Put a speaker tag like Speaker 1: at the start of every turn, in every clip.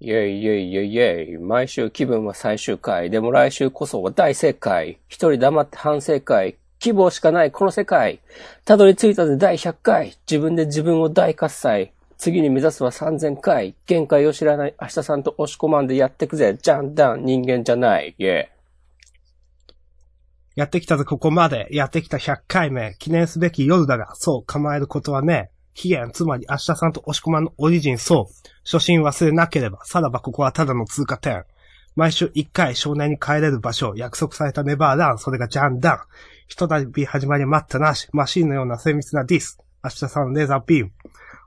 Speaker 1: イェイイェイイェイイェイ。毎週気分は最終回。でも来週こそは大正解。一人黙って反省会。希望しかないこの世界。たどり着いたぜ第100回。自分で自分を大喝采。次に目指すは3000回。限界を知らない明日さんと押し込まんでやってくぜ。じゃんだん人間じゃない。イェイ。
Speaker 2: やってきたぜ、ここまで。やってきた100回目。記念すべき夜だが、そう、構えることはね。期限、つまり明日さんと押し込まんのオリジン、そう。初心忘れなければ、さらばここはただの通過点。毎週1回少年に帰れる場所、約束されたネバーラン、それがジャンダン。ひとたび始まり待ったなし、マシンのような精密なディス。明日さんのレーザービーム。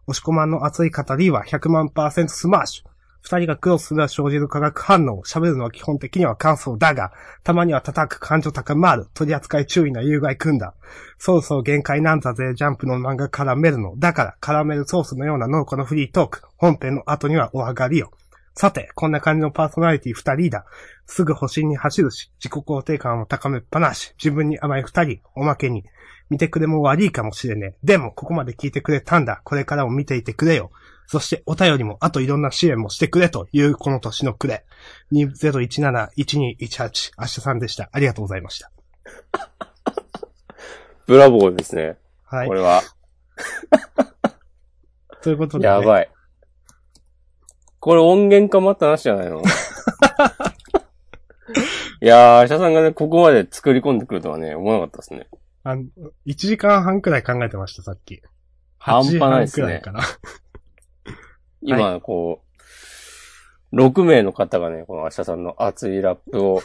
Speaker 2: 押し込まんの熱い語りは100万パーセントスマッシュ。二人がクロスすれば生じる化学反応、喋るのは基本的には感想だが、たまには叩く感情高まる、取り扱い注意な有害組んだ。そろそろ限界なんだぜ、ジャンプの漫画絡めるの。だから、絡めるソースのような濃厚なフリートーク。本編の後にはお上がりよ。さて、こんな感じのパーソナリティ二人だ。すぐ保身に走るし、自己肯定感を高めっぱなし、自分に甘い二人、おまけに。見てくれも悪いかもしれねえ。でも、ここまで聞いてくれたんだ。これからも見ていてくれよ。そして、お便りも、あといろんな支援もしてくれという、この年のくれ。2017-1218、明日さんでした。ありがとうございました。
Speaker 1: ブラボーですね。
Speaker 2: はい
Speaker 1: こ。れは。
Speaker 2: ということで、ね。
Speaker 1: やばい。これ音源かまったなしじゃない のいやー、明日さんがね、ここまで作り込んでくるとはね、思わなかったですね。
Speaker 2: あの、1時間半くらい考えてました、さっき。
Speaker 1: 半端ないで
Speaker 2: 8時
Speaker 1: すね
Speaker 2: 半くらいかな。
Speaker 1: 今、こう、6名の方がね、この明日さんの熱いラップを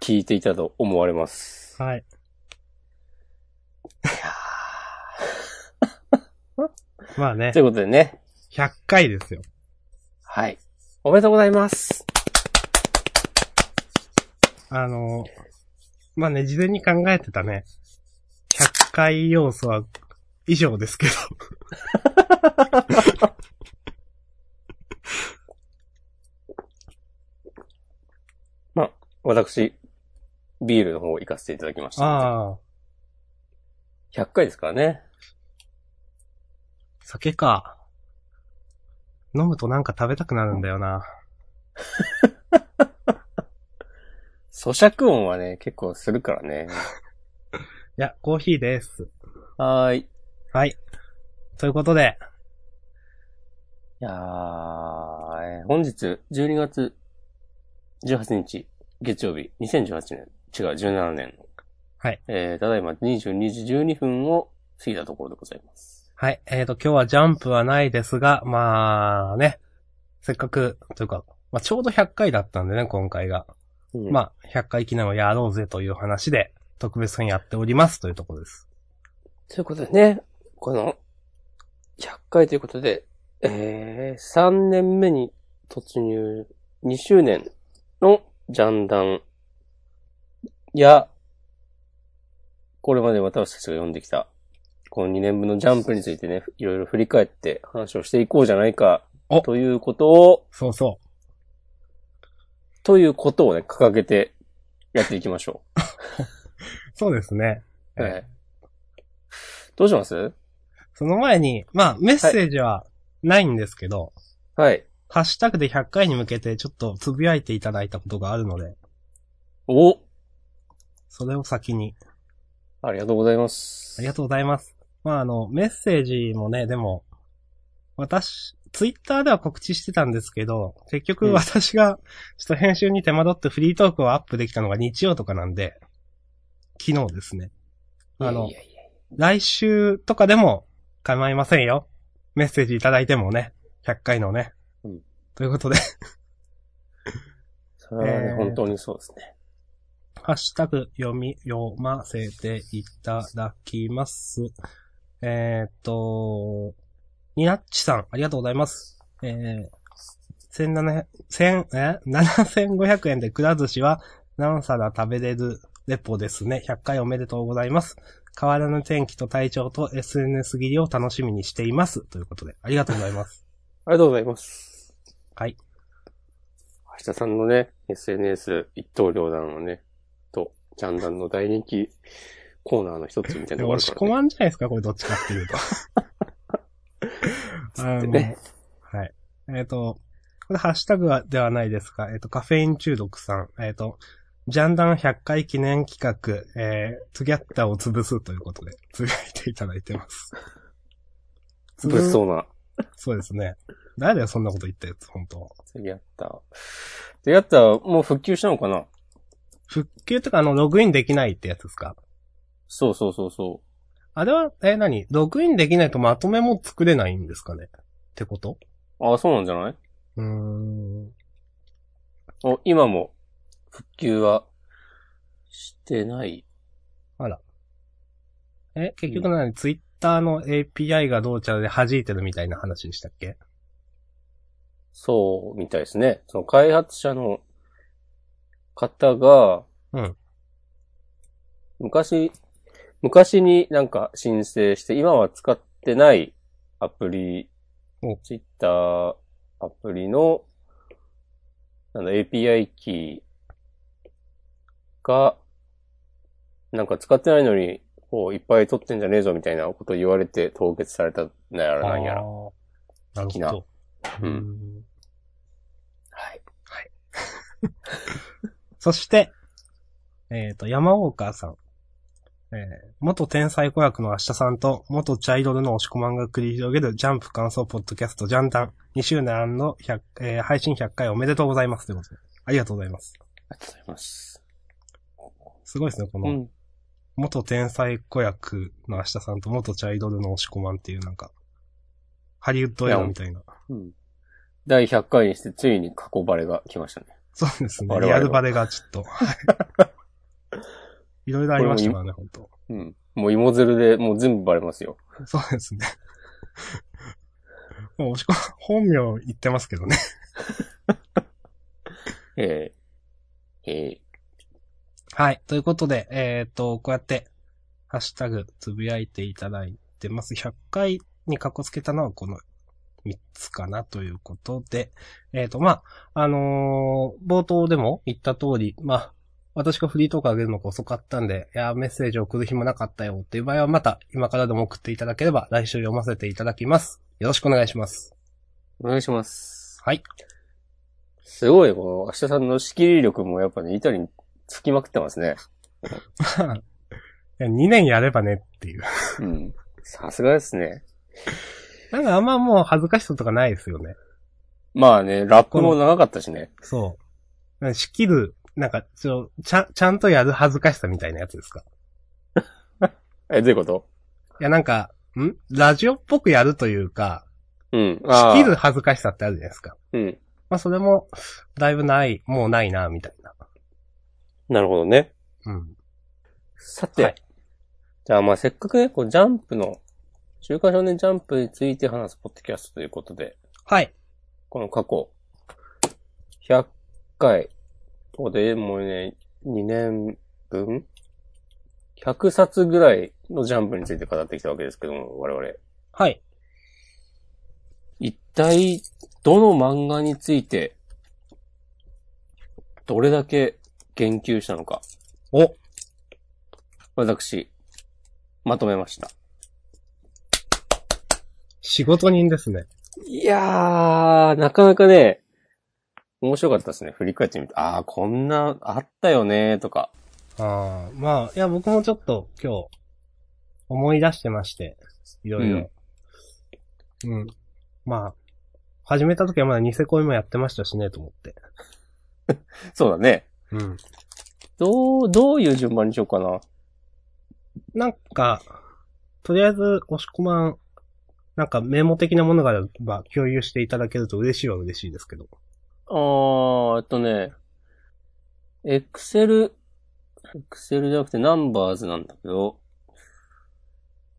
Speaker 1: 聞いていたと思われ ます。
Speaker 2: はい。 まあね
Speaker 1: とい、うことでね、
Speaker 2: 100回ですよ。
Speaker 1: はい。おめでとうございます。
Speaker 2: あの、まあね、事前に考えてたね、100回要素は以上ですけど。
Speaker 1: 私、ビールの方行かせていただきました。
Speaker 2: ああ、
Speaker 1: 100回ですからね。
Speaker 2: 酒か。飲むとなんか食べたくなるんだよな。
Speaker 1: 咀嚼音はね、結構するからね。
Speaker 2: いや、コーヒーです。
Speaker 1: はーい。
Speaker 2: はい。ということで、
Speaker 1: いやー、えー本日12月18日月曜日、2018年、違う、17年の。
Speaker 2: はい。
Speaker 1: えー、ただいま22時12分を過ぎたところでございます。
Speaker 2: はい。えー、と、今日はジャンプはないですが、まあね、せっかく、というか、まあちょうど100回だったんでね、今回が。
Speaker 1: まあ、
Speaker 2: まあ、100回記念をやろうぜという話で、特別にやっておりますというところです。
Speaker 1: ということでね、この、100回ということで、えー、3年目に突入、2周年のジャンダンや、これまで私たちが読んできた、この2年分のジャンプについてね、いろいろ振り返って話をしていこうじゃないか
Speaker 2: お、
Speaker 1: ということを、
Speaker 2: そうそ
Speaker 1: ということをね、掲げてやっていきましょ
Speaker 2: う。そうですね。
Speaker 1: う。
Speaker 2: ええ
Speaker 1: はいどうします
Speaker 2: その前に、まあ、メッセージはないんですけど、
Speaker 1: はい。
Speaker 2: ハッシュタグで100回に向けてちょっとつぶやいていただいたことがあるので、
Speaker 1: お
Speaker 2: それを先に。
Speaker 1: ありがとうございます。
Speaker 2: ありがとうございます。まあ、あの、メッセージもね、でも、私、ツイッターでは告知してたんですけど、結
Speaker 1: うん
Speaker 2: 局私が、ちょっと編集に手間取ってフリートークをアップできたのが日曜とかなんで、昨日ですね。あの
Speaker 1: いやいやいや
Speaker 2: 来週とかでも構いませんよ。メッセージいただいてもね、100回のね。
Speaker 1: うん
Speaker 2: ということで、
Speaker 1: それはね、
Speaker 2: えー
Speaker 1: 本当にそうですね。
Speaker 2: ハッシュタグ読み、読ませていただきます。えーっと、ニナッチさん、ありがとうございます。えー、千七百、千、え七千五百円でくら寿司は何皿食べれるレポですね。100回おめでとうございます。変わらぬ天気と体調と SNS 切りを楽しみにしています。ということで、ありがとうござい ます。
Speaker 1: ありがとうございます。
Speaker 2: はい。
Speaker 1: 明日さんのね、SNS 一刀両断のね、と、ジャンダンの大人気コーナーの一つみたいな
Speaker 2: で
Speaker 1: の
Speaker 2: も
Speaker 1: があ
Speaker 2: 押
Speaker 1: る
Speaker 2: し
Speaker 1: から
Speaker 2: 込
Speaker 1: ね。
Speaker 2: ま んじゃないですか、これどっちかっていうと。あの
Speaker 1: ね
Speaker 2: はい。えっ、と、これハッシュタグはではないですが、えっ、と、カフェイン中毒さん、えっ、と、ジャンダン100回記念企画、えー、ツギャッターを潰すということで、つぶやいていただいてます。
Speaker 1: 物
Speaker 2: う。
Speaker 1: 騒な。
Speaker 2: そうですね。誰だよ、そんなこと言ったやつ、本当
Speaker 1: ツギャッター。ツギャッター、もう復旧したのかな
Speaker 2: 復旧とか、あの、ログインできないってやつですか
Speaker 1: そうそうそうそ
Speaker 2: あれは、え、何ログインできないとまとめも作れないんですかねってこと
Speaker 1: う。ああ、そうなんじゃないう
Speaker 2: ーん。
Speaker 1: お、今も、復旧は、してない。
Speaker 2: え、結局何、ツイッターの API がどうちゃらで弾いてるみたいな話でしたっけ
Speaker 1: そう、みたいですね。その開発者の方が、
Speaker 2: うん
Speaker 1: 昔、昔になんか申請して、今は使ってないアプリ
Speaker 2: お、
Speaker 1: ツイッターアプリの、なんだ、API キーが、なんか使ってないのに、こういっぱい取ってんじゃねえぞみたいなこと言われて凍結されたなやらなんや
Speaker 2: あ
Speaker 1: ら。
Speaker 2: ーなる
Speaker 1: 的
Speaker 2: ほ
Speaker 1: な
Speaker 2: ど。
Speaker 1: う
Speaker 2: うんん
Speaker 1: はい。
Speaker 2: そして、えっ、と、山ウォーカーさん。えー元天才子役の明日さんと、元チャイドルの押し込まんが繰り広げるジャンプ感想ポッドキャストジャンダン2周年の100、えー配信100回おめでとうございます。ということで。ありがとうございます。
Speaker 1: ありがとうございます。
Speaker 2: すごいですね、こ
Speaker 1: う
Speaker 2: の、
Speaker 1: ん。
Speaker 2: 元天才子役の明日さんと元チャイドルの押し込まんっていうなんか、ハリウッド映画みたいな。
Speaker 1: うん。第100回にして、ついに過去バレが来ましたね。
Speaker 2: そうです
Speaker 1: 我
Speaker 2: ね。
Speaker 1: 々
Speaker 2: リアルバレがちょっと。はいいろいろありましたからね、本当
Speaker 1: うん。もう芋づるで、もう全部バレますよ。
Speaker 2: そうですね。もう、押し込ま本名言ってますけどね。
Speaker 1: ええええ
Speaker 2: はい。ということで、えっ、と、こうやって、ハッシュタグつぶやいていただいてます。100回に格好つけたのはこの3つかなということで、えっ、と、まあ、あのー冒頭でも言った通り、まあ、私がフリートーク上げるのが遅かったんで、いやー、メッセージ送る暇なかったよっていう場合は、また今からでも送っていただければ、来週読ませていただきます。よろしくお願いします。
Speaker 1: お願いします。
Speaker 2: はい。
Speaker 1: すごい、この、明日さんの仕切り力もやっぱね、板につきまくってますね。
Speaker 2: 2年やればねっていう。
Speaker 1: うん。さすがですね。
Speaker 2: なんかあんまもう恥ずかしさとかないですよね。
Speaker 1: まあね、ラップも長かったしね。
Speaker 2: そう。なんか仕切る、なんかちょ、ちゃん、ちゃんとやる恥ずかしさみたいなやつですか。
Speaker 1: え、どういうこと
Speaker 2: いやなんか、んラジオっぽくやるというか、
Speaker 1: うん。ああ
Speaker 2: 仕切る。恥ずかしさってあるじゃないですか。
Speaker 1: うん。
Speaker 2: まあそれも、だいぶない、もうないな、みたいな。
Speaker 1: なるほどね。
Speaker 2: うん。
Speaker 1: さて。
Speaker 2: はい
Speaker 1: じゃあまあせっかくね、こうジャンプの、週刊少年ジャンプについて話すポッドキャストということで、
Speaker 2: はい。
Speaker 1: この過去、100回、ここでもうね、2年分 ?100 冊ぐらいのジャンプについて語ってきたわけですけども、我々。
Speaker 2: はい。
Speaker 1: 一体、どの漫画について、どれだけ言及したのか、
Speaker 2: お、
Speaker 1: 私、まとめました。
Speaker 2: 仕事人ですね。
Speaker 1: いやー、なかなかね、面白かったですね。振り返ってみて。あー、こんな、あったよねーとか。
Speaker 2: ああ、まあ、いや僕もちょっと今日、思い出してまして、いろいろ。うん。まあ、始めた時はまだニセ恋もやってましたしね、と思って。
Speaker 1: そうだね。
Speaker 2: うん。
Speaker 1: どう、どういう順番にしようかな。
Speaker 2: なんか、とりあえず、押し込まん、なんかメモ的なものがあれば共有していただけると嬉しいは嬉しいですけど。
Speaker 1: あー、えっとね、エクセル、エクセルじゃなくてナンバーズなんだけど、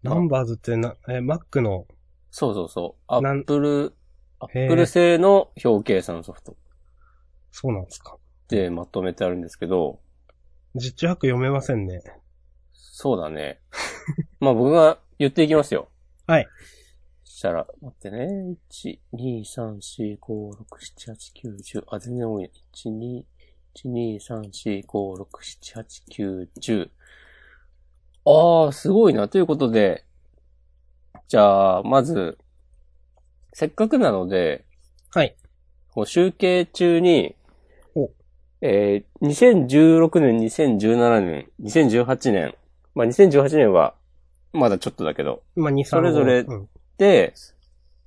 Speaker 2: ナンバーズってな、え、Mac の、
Speaker 1: そうそうそう、ア
Speaker 2: なん
Speaker 1: ップル、ア
Speaker 2: へー
Speaker 1: ップル製の表計算ソフト
Speaker 2: そうなんですか。
Speaker 1: でまとめてあるんですけど、
Speaker 2: 実地白読めませんね。
Speaker 1: そうだね。 まあ僕が言っていきますよ。
Speaker 2: はい。
Speaker 1: したら、待ってね。1、2、3、4、5、6、7、8、9、10。あ、全然多いね。1、2、1、2、3、4、5、6、7、8、9、10。ああ、すごいな。ということで、じゃあ、まず、せっかくなので、
Speaker 2: はい。
Speaker 1: こう集計中に
Speaker 2: お、
Speaker 1: えー、2016年、2017年、2018年、まあ2018年はまだちょっとだけど、
Speaker 2: まあ、2、3
Speaker 1: それぞれ
Speaker 2: うん。
Speaker 1: で、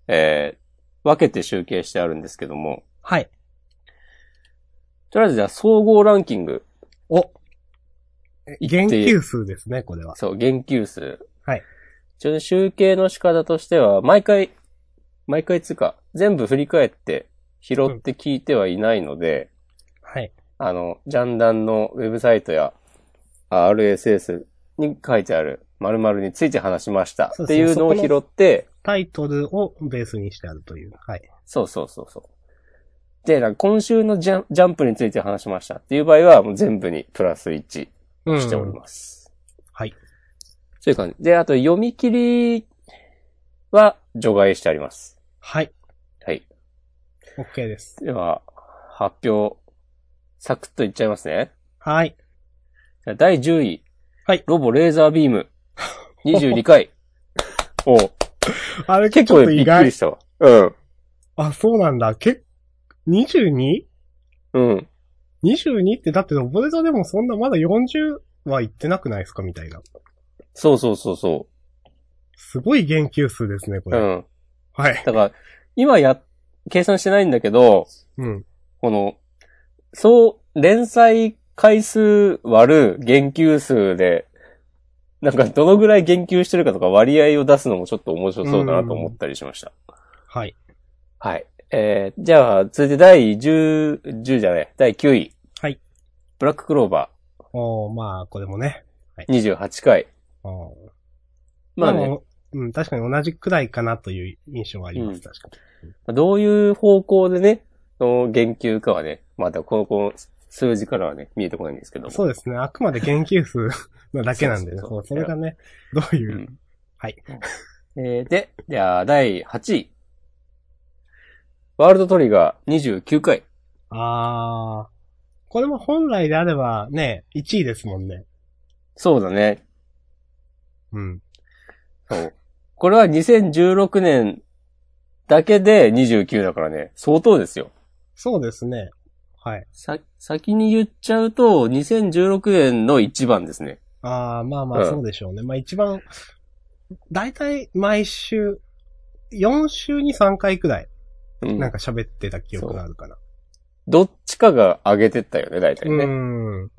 Speaker 1: えー、分けて集計してあるんですけども、
Speaker 2: はい。
Speaker 1: とりあえずじゃあ総合ランキング、
Speaker 2: お。
Speaker 1: いって
Speaker 2: 言及数ですね、これは。
Speaker 1: そう、言及数。
Speaker 2: はい。
Speaker 1: ちょうど集計の仕方としては、毎回、毎回つうか、全部振り返って拾って聞いてはいないので、
Speaker 2: はい。
Speaker 1: あの、ジャンダンのウェブサイトやあ RSS に書いてある〇〇について話しました
Speaker 2: そう
Speaker 1: っ
Speaker 2: で
Speaker 1: て
Speaker 2: すね
Speaker 1: いうのを
Speaker 2: そこ
Speaker 1: 拾
Speaker 2: の
Speaker 1: って、
Speaker 2: タイトルをベースにしてあるという。はい。
Speaker 1: そうそうそうそう。で、なんか今週のジャンジャンプについて話しましたっていう場合は、もう全部にプラス1し
Speaker 2: う
Speaker 1: ております。
Speaker 2: はい。
Speaker 1: そういう感じ。で、あと読み切りは除外してあります。
Speaker 2: はい。
Speaker 1: はい。
Speaker 2: OK です。
Speaker 1: では、発表、サクッといっちゃいますね。
Speaker 2: はい。
Speaker 1: 第10位。
Speaker 2: はい
Speaker 1: ロボレーザービー ム。22回。おう
Speaker 2: あれ
Speaker 1: 結
Speaker 2: 結
Speaker 1: 構
Speaker 2: 構
Speaker 1: び
Speaker 2: 意
Speaker 1: っくり
Speaker 2: 外。
Speaker 1: したわ。うん。
Speaker 2: あ、そうなんだ。け、22?22
Speaker 1: うん。
Speaker 2: ってだって、ロボレザでもそんなまだ40は言ってなくないですかみたいな。
Speaker 1: そうそうそうそ
Speaker 2: すごい言及数ですね、こ
Speaker 1: う。う
Speaker 2: れ。
Speaker 1: ん。
Speaker 2: はい。
Speaker 1: だから、今や、計算してないんだけど、
Speaker 2: うん。
Speaker 1: この、そう、連載回数割る言及数で、なんかどのぐらい言及してるかとか割合を出すのもちょっと面白そうだなと思ったりしました。
Speaker 2: はい。
Speaker 1: はい。えー、じゃあ、続いて第10、10じゃない、第9位。
Speaker 2: はい。
Speaker 1: ブラッククローバ
Speaker 2: おー、まあ、これもね。
Speaker 1: ー、28回。
Speaker 2: おー
Speaker 1: まあね、
Speaker 2: もうん、確かに同じくらいかなという印象はあります、確か
Speaker 1: どういう方向でね、の言及かはね、またこの、この数字からはね、見えてこないんですけども。
Speaker 2: に。そうですね。あくまで言及 数のだけなんでね。
Speaker 1: そう
Speaker 2: そ
Speaker 1: そうう
Speaker 2: そ
Speaker 1: そう
Speaker 2: れがね、どういう、
Speaker 1: うん
Speaker 2: はい。
Speaker 1: えー、で、じゃあ、第8位。ワールドトリガー、29回。
Speaker 2: あー。これも本来であればね、1位ですもんね。
Speaker 1: そうだね。
Speaker 2: うん。
Speaker 1: そう。これは2016年だけで29だからね、相当ですよ。
Speaker 2: そうですね。はい。
Speaker 1: さ、先に言っちゃうと、2016年の一番ですね。
Speaker 2: ああ、まあまあ
Speaker 1: うん
Speaker 2: そうでしょうね。まあ一番、だいたい毎週、4週に3回くらい、
Speaker 1: うん
Speaker 2: なんか喋ってた記憶があるかな。
Speaker 1: どっちかが上げてったよね、大体
Speaker 2: う
Speaker 1: ね。
Speaker 2: ん。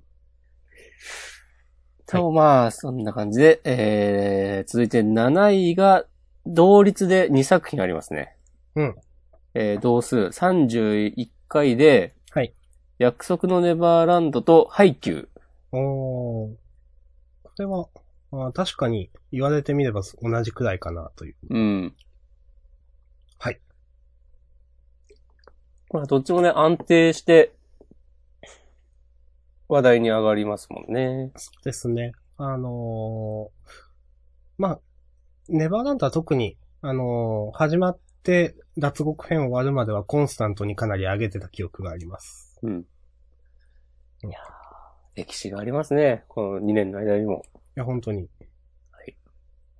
Speaker 1: そう、まあ、そんな感じで、えー、続いて7位が、同率で2作品ありますね。
Speaker 2: うん。
Speaker 1: えー、同数31回で、
Speaker 2: はい。
Speaker 1: 約束のネバーランドとハイキュー。
Speaker 2: おーこれは、あー確かに言われてみれば同じくらいかなという。
Speaker 1: うん。
Speaker 2: はい。
Speaker 1: まあ、どっちもね、安定して、話題に上がりますもんね。
Speaker 2: そうですね。あのーまあ、ネバーランドは特に、あのー始まって脱獄編終わるまではコンスタントにかなり上げてた記憶があります。
Speaker 1: うん。いやー歴史がありますね。この2年の間にも。
Speaker 2: いや、本当に。
Speaker 1: はい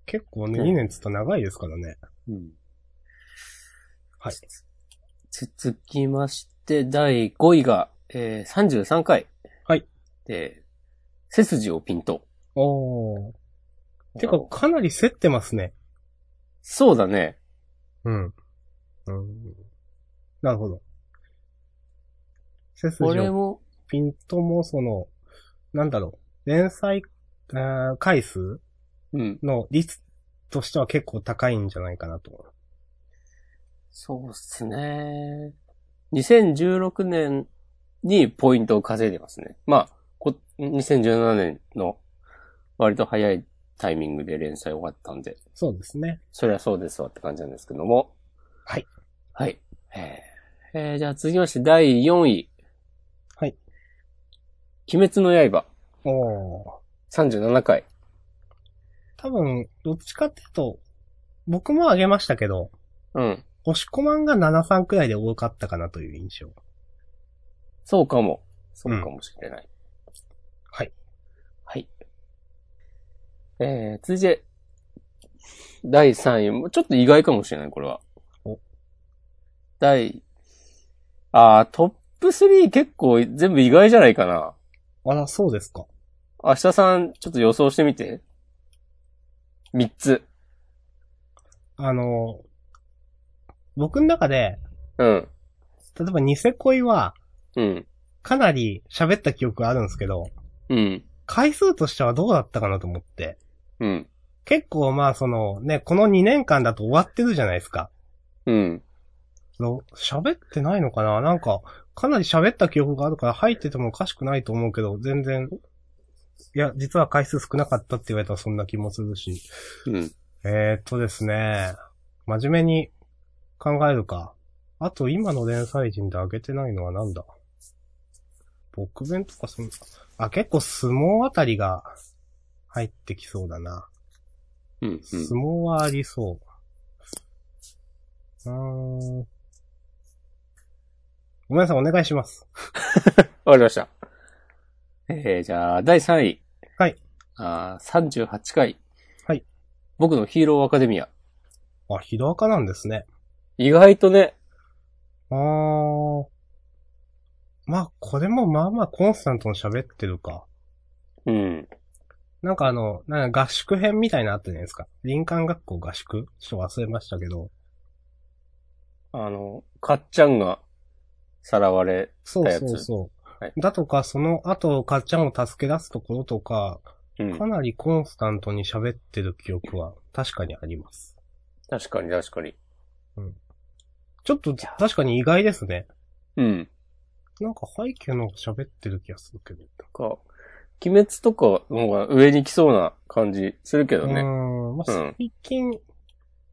Speaker 2: 結構ね、
Speaker 1: うん
Speaker 2: 2年つったら長いですからね。
Speaker 1: うん。
Speaker 2: はい。
Speaker 1: つ続きまして、第5位が、えー、33回。
Speaker 2: はい。
Speaker 1: で、背筋をピンと。
Speaker 2: おー。てか、かなり競ってますね。
Speaker 1: そうだね。
Speaker 2: うん。うん。なるほど。背筋
Speaker 1: これ
Speaker 2: を
Speaker 1: も、
Speaker 2: ピンともその、なんだろう、連載、えー回数
Speaker 1: うん。
Speaker 2: の率としては結構高いんじゃないかなと思う。
Speaker 1: そうっすね。2016年にポイントを稼いでますね。まあ、こ2017年の割と早いタイミングで連載終わったんで、
Speaker 2: そうですね。
Speaker 1: そりゃそうですわって感じなんですけども。
Speaker 2: はい。
Speaker 1: はい。えーえーじゃあ続きまして第4位。
Speaker 2: はい。
Speaker 1: 鬼滅の刃
Speaker 2: おー。
Speaker 1: 37回。
Speaker 2: 多分、どっちかっていうと、僕も上げましたけど、
Speaker 1: うん。
Speaker 2: 押し込まんが73くらいで多かったかなという印象。
Speaker 1: そうかも。そうかもしれない。
Speaker 2: はい。
Speaker 1: はい。えー、続いて、第3位。もうちょっと意外かもしれない、これは
Speaker 2: お。
Speaker 1: 第あートップ3結構全部意外じゃないかな。
Speaker 2: あら、そうですか。
Speaker 1: 明日さん、ちょっと予想してみて。3つ。
Speaker 2: あの、僕の中で、
Speaker 1: うん。
Speaker 2: 例えばニセ恋は、
Speaker 1: うん。
Speaker 2: かなり喋った記憶があるんですけど、
Speaker 1: うん。
Speaker 2: 回数としてはどうだったかなと思って。
Speaker 1: うん。
Speaker 2: 結構まあそのね、この2年間だと終わってるじゃないですか。
Speaker 1: うん。
Speaker 2: その喋ってないのかななんか、かなり喋った記憶があるから入っててもおかしくないと思うけど、全然、いや、実は回数少なかったって言われたらそんな気もするし。
Speaker 1: うん。
Speaker 2: えー、っとですね、真面目に考えるか。あと今の連載人で上げてないのはなんだ僕弁とかそんあ、結構相撲あたりが入ってきそうだな。
Speaker 1: うん。
Speaker 2: 相撲はありそう。うーん。ごめんなさい、お願いします。
Speaker 1: わかりました。えー、じゃあ、第3位。
Speaker 2: はい。
Speaker 1: あー38回。
Speaker 2: はい。
Speaker 1: 僕のヒーローアカデミア。
Speaker 2: あ、ヒロアカなんですね。
Speaker 1: 意外とね、
Speaker 2: あー。まあ、これもまあまあコンスタントに喋ってるか。
Speaker 1: うん。
Speaker 2: なんかあの、なんか合宿編みたいなのあったじゃないですか。林間学校合宿ちょっと忘れましたけど。
Speaker 1: あの、かっちゃんが、さらわれ、
Speaker 2: そうそうそう。
Speaker 1: はい
Speaker 2: だとか、その後、かっちゃんを助け出すところとか、
Speaker 1: うん
Speaker 2: かなりコンスタントに喋ってる記憶は確かにあります。
Speaker 1: 確かに確かに。
Speaker 2: ちょっと確かに意外ですね。
Speaker 1: うん。
Speaker 2: なんか背景の方が喋ってる気がするけど。
Speaker 1: か、鬼滅とかの方が上に来そうな感じするけ
Speaker 2: う
Speaker 1: どね。
Speaker 2: ーん、まあ、
Speaker 1: うん
Speaker 2: 最近、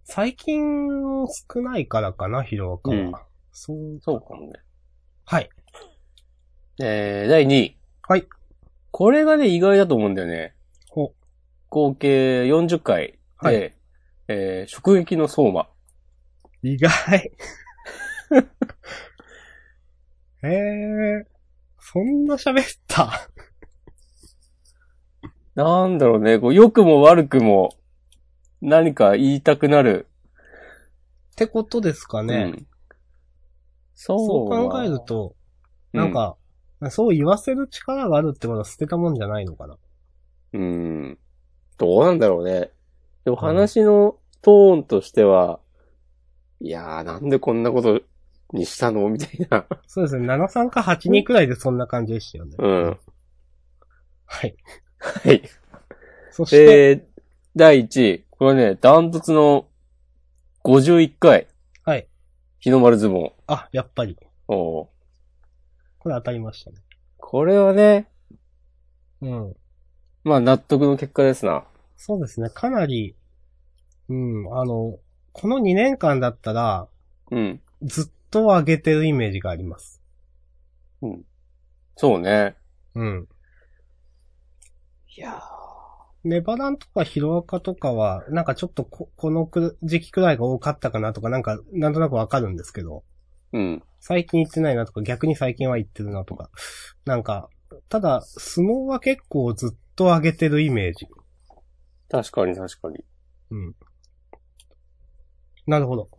Speaker 2: 最近少ないからかな、ヒロアカは。
Speaker 1: うん
Speaker 2: そう、
Speaker 1: そうかもね。
Speaker 2: はい。
Speaker 1: えー、第2位。
Speaker 2: はい。
Speaker 1: これがね、意外だと思うんだよね。
Speaker 2: ほ
Speaker 1: 合計40回で、
Speaker 2: は
Speaker 1: えー、直撃の相馬。
Speaker 2: 意外。 えー、そんな喋った。
Speaker 1: なんだろうね、こう、良くも悪くも、何か言いたくなる。
Speaker 2: ってことですかね。
Speaker 1: うんそう
Speaker 2: そう
Speaker 1: は
Speaker 2: 考える、と、なん、か、そう言わせる力があるってことは捨てたもんじゃないのかな。
Speaker 1: うん、うんどうなんだろうね。でも話のトーンとしては、いやー、なんでこんなことにしたのみたいな。
Speaker 2: そうですね。73か82くらいでそんな感じでしたよね。
Speaker 1: うん。
Speaker 2: はい。
Speaker 1: はい。
Speaker 2: そして、
Speaker 1: えー、第1位。これね、ダントツの51回。
Speaker 2: はい。
Speaker 1: 日の丸相撲。
Speaker 2: あ、やっぱり。
Speaker 1: おー
Speaker 2: これ当たりましたね。
Speaker 1: これはね、
Speaker 2: うん。
Speaker 1: まあ納得の結果ですな。
Speaker 2: そうですね。かなり、うん、あの、この2年間だったら、
Speaker 1: うん。
Speaker 2: ずっと上げてるイメージがあります。
Speaker 1: そうね。
Speaker 2: うん。
Speaker 1: いや
Speaker 2: ネバダンとかヒロアカとかは、なんかちょっとこ、このく時期くらいが多かったかなとか、なんか、なんとなくわかるんですけど、
Speaker 1: うん。
Speaker 2: 最近行ってないなとか、逆に最近は行ってるなとか、なんか、ただ、相撲は結構ずっと上げてるイメージ。
Speaker 1: 確かに確かに。
Speaker 2: うん。なるほど。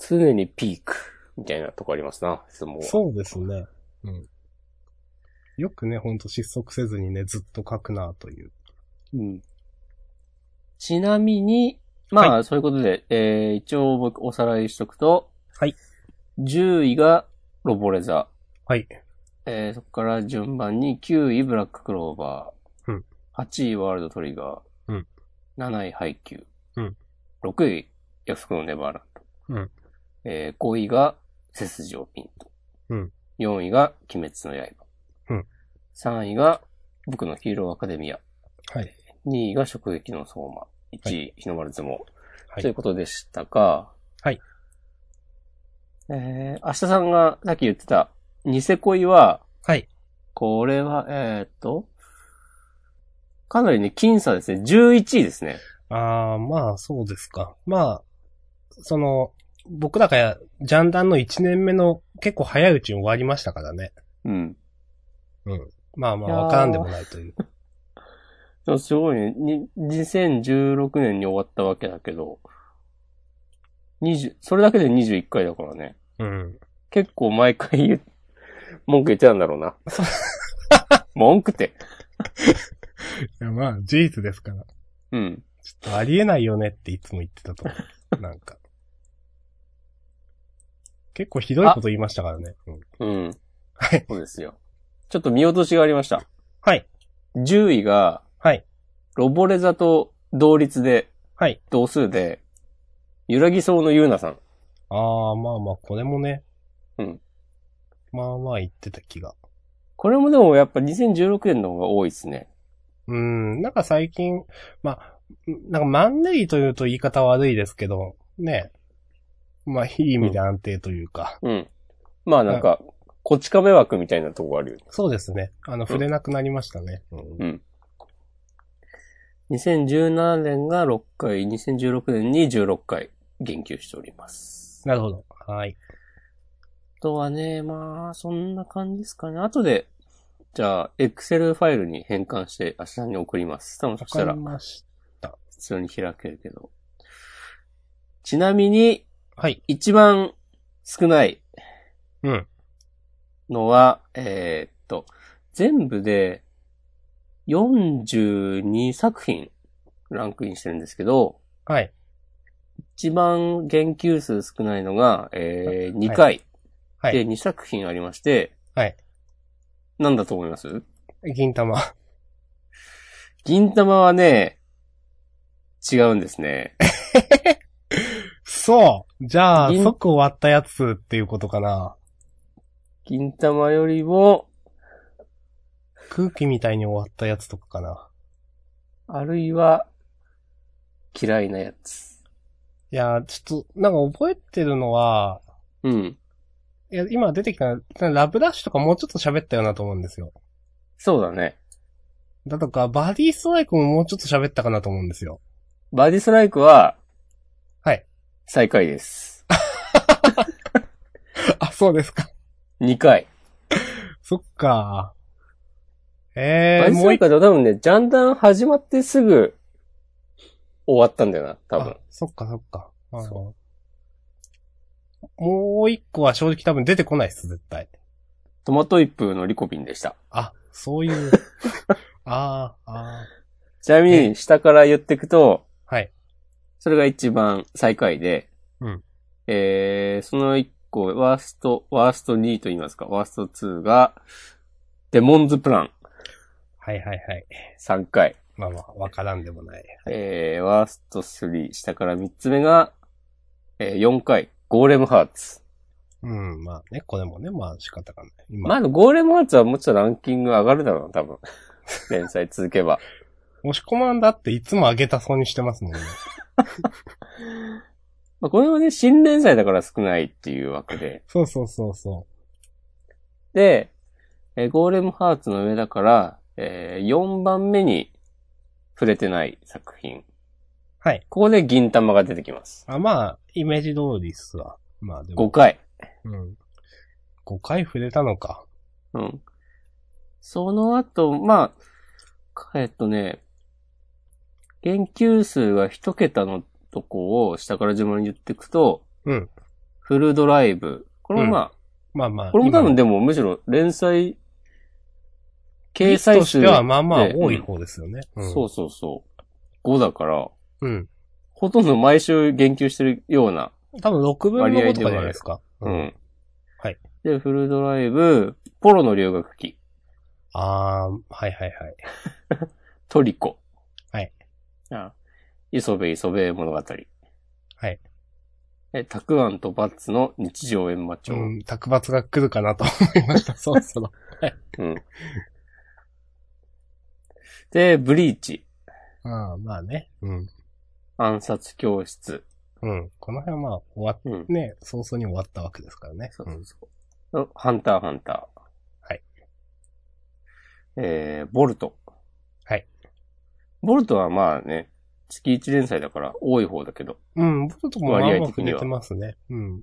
Speaker 1: 常にピーク。みたいなとこありますな、質問は。
Speaker 2: そうですね。うん。よくね、ほんと失速せずにね、ずっと書くなという。
Speaker 1: うん。ちなみに、まあ、
Speaker 2: は
Speaker 1: そういうことで、えー、一応僕おさらいしとくと、
Speaker 2: はい。
Speaker 1: 10位がロボレザ。
Speaker 2: はい。
Speaker 1: えー、そこから順番に9位ブラッククローバー。
Speaker 2: うん
Speaker 1: 8位ワールドトリガー。
Speaker 2: うん
Speaker 1: 7位ハイキュー。
Speaker 2: うん
Speaker 1: 6位約束のネバーランド。
Speaker 2: うん
Speaker 1: えー、5位が背筋をピンと。
Speaker 2: うん
Speaker 1: 4位が鬼滅の刃。
Speaker 2: うん
Speaker 1: 3位が僕のヒーローアカデミア。
Speaker 2: はい。
Speaker 1: 2位が直撃の相馬。1位、日の丸相撲。
Speaker 2: はい
Speaker 1: ということでしたが、
Speaker 2: はい。
Speaker 1: えー、明日さんがさっき言ってた、ニセ恋は、
Speaker 2: はい。
Speaker 1: これは、えーっと、かなりね、僅差ですね。11位ですね。
Speaker 2: あー、まあ、そうですか。まあ、その、僕らがジャンダンの1年目の結構早いうちに終わりましたからね。
Speaker 1: うん。
Speaker 2: まあま
Speaker 1: いやー
Speaker 2: あ、わからんでもないと いう。
Speaker 1: でもすごいね。に2016年に終わったわけだけど、20、それだけで21回だからね。
Speaker 2: うん。
Speaker 1: 結構毎回言う文句言ってたんだろう な。文句って。
Speaker 2: いや、まあ、事実ですから。
Speaker 1: うん。
Speaker 2: ちょっとありえないよねっていつも言ってた と思う。なんか。結構ひどいこと言いましたからね。うん
Speaker 1: うん。
Speaker 2: はい。
Speaker 1: そうですよ。ちょっと見落としがありました。
Speaker 2: はい。
Speaker 1: 10位が、
Speaker 2: はい。
Speaker 1: ロボレザと同率で、
Speaker 2: はい。
Speaker 1: 同数で、揺らぎそうのゆうなさん。
Speaker 2: あー、まあまあ、これもね。
Speaker 1: うん。
Speaker 2: まあまあ言ってた気が。
Speaker 1: これもでもやっぱ2016年の方が多いですね。
Speaker 2: うん、なんか最近、まあ、なんかマンネリというと言い方悪いですけど、ね。まあ、いい意味で安定というか。
Speaker 1: うん。まあなんか、こち亀枠みたいなとこあるよね。
Speaker 2: そうですね。あの、触れなくなりましたね。うん
Speaker 1: 2017年が6回、2016年に16回言及しております。
Speaker 2: なるほど。はい。
Speaker 1: あとはね、まあ、そんな感じですかね。後で、じゃあ、Excel ファイルに変換して明日に送ります。多分そ
Speaker 2: わ
Speaker 1: した
Speaker 2: からり、まし
Speaker 1: 普通に開けるけど。ちなみに、
Speaker 2: た。はい。
Speaker 1: 一番少ない
Speaker 2: うん。
Speaker 1: のは、えーっと、全部で42作品ランクインしてるんですけど、
Speaker 2: はい。
Speaker 1: 一番言及数少ないのが、えー、
Speaker 2: い
Speaker 1: 2回。
Speaker 2: はい
Speaker 1: で、2作品ありまして、
Speaker 2: はい。
Speaker 1: なんだと思います
Speaker 2: 銀玉。
Speaker 1: 銀玉はね、違うんですね。
Speaker 2: そうじゃあ、
Speaker 1: 銀
Speaker 2: 即終わったやつっていうことかな。
Speaker 1: 銀玉よりも、
Speaker 2: 空気みたいに終わったやつとかかな。
Speaker 1: あるいは、嫌いなやつ。
Speaker 2: いやー、ちょっと、なんか覚えてるのは、
Speaker 1: うん。
Speaker 2: いや、今出てきた、ラブダッシュとかもうちょっと喋ったよなと思うんですよ。
Speaker 1: そうだね。
Speaker 2: だとか、バディストライクももうちょっと喋ったかなと思うんですよ。
Speaker 1: バディストライクは、
Speaker 2: はい。
Speaker 1: 最下位です。
Speaker 2: あ、そうですか。
Speaker 1: 2回。
Speaker 2: そっか。え
Speaker 1: バ
Speaker 2: ー、
Speaker 1: ディスト
Speaker 2: もう
Speaker 1: ライ
Speaker 2: 一
Speaker 1: クは多分ね、ジャンダン始まってすぐ、終わったんだよな、多分
Speaker 2: あ。そっかそっか。あ
Speaker 1: そ
Speaker 2: もう一個は正直多分出てこないです、絶対。
Speaker 1: トマトイップのリコピンでした。
Speaker 2: あ、そういう。 あー、あ
Speaker 1: ちなみに、下から言っていくと、
Speaker 2: ー。はい。
Speaker 1: それが一番最下位で、
Speaker 2: うん
Speaker 1: えー、その一個、ワースト、ワースト2と言いますか、ワースト2が、デモンズプラン、
Speaker 2: はいはいはい。
Speaker 1: 3回。
Speaker 2: まあまあ、わからんでもない。
Speaker 1: えー、ワースト3、下から3つ目が、えー、4回、ゴーレムハーツ。
Speaker 2: うん、まあね、これもね、まあ仕方がない。今、
Speaker 1: まあ、ゴーレムハーツはもうちょっとランキング上がるだろうな、多分。 連載続けば。
Speaker 2: 押し込まんだっていつも上げたそうにしてますもんね。
Speaker 1: まあ、これはね、新連載だから少ないっていうわけで。
Speaker 2: そうそうそうそ
Speaker 1: で、えーゴーレムハーツの上だから、え4番目に触れてない作品。
Speaker 2: はい。
Speaker 1: ここで銀玉が出てきます。
Speaker 2: う。あ、まあ、イメージ通りっすわ。まあで
Speaker 1: 5
Speaker 2: も。
Speaker 1: 回。
Speaker 2: うん。5回触れたのか。
Speaker 1: うん。その後、まあ、えっとね、言及数が一桁のとこを下から順番に言っていくと、
Speaker 2: うん
Speaker 1: フルドライブ。これもまあ、
Speaker 2: まあまあ。
Speaker 1: これも多分
Speaker 2: で
Speaker 1: でもむしろ連載、掲
Speaker 2: 掲載
Speaker 1: 載
Speaker 2: とし
Speaker 1: 数
Speaker 2: てはまあまあ
Speaker 1: で
Speaker 2: 多い方ですよね。うん。
Speaker 1: そうそうそう。5だから、
Speaker 2: うん。
Speaker 1: ほとんど毎週言及してるような。
Speaker 2: 多分6分の5とかじゃないですか。
Speaker 1: う。ん。
Speaker 2: はい。
Speaker 1: で、フルドライブ、ポロの留学期、
Speaker 2: あー、はいはいはい。
Speaker 1: トリコ。
Speaker 2: はい。
Speaker 1: あ、磯部磯部物語。
Speaker 2: はい。
Speaker 1: え、たくあんとバッツの日常円魔帳。
Speaker 2: うん、卓抜が来るかなと思い ました、そろそろ。
Speaker 1: で、ブリーチ、
Speaker 2: あー、まあね。うん。
Speaker 1: 暗殺教室。
Speaker 2: うん。この辺はまあ、終わっ
Speaker 1: うん。
Speaker 2: ね、早々に終わったわけですからね。
Speaker 1: そう
Speaker 2: う
Speaker 1: そ
Speaker 2: ん
Speaker 1: うそう。ハンターハンター。
Speaker 2: はい。
Speaker 1: えー、ボルト。
Speaker 2: はい。
Speaker 1: ボルトはまあね、月1連載だから多い方だけど、
Speaker 2: うん、ボルトもまあま
Speaker 1: 割
Speaker 2: あ
Speaker 1: 合的
Speaker 2: 触
Speaker 1: に
Speaker 2: れ
Speaker 1: は
Speaker 2: てますね。うん。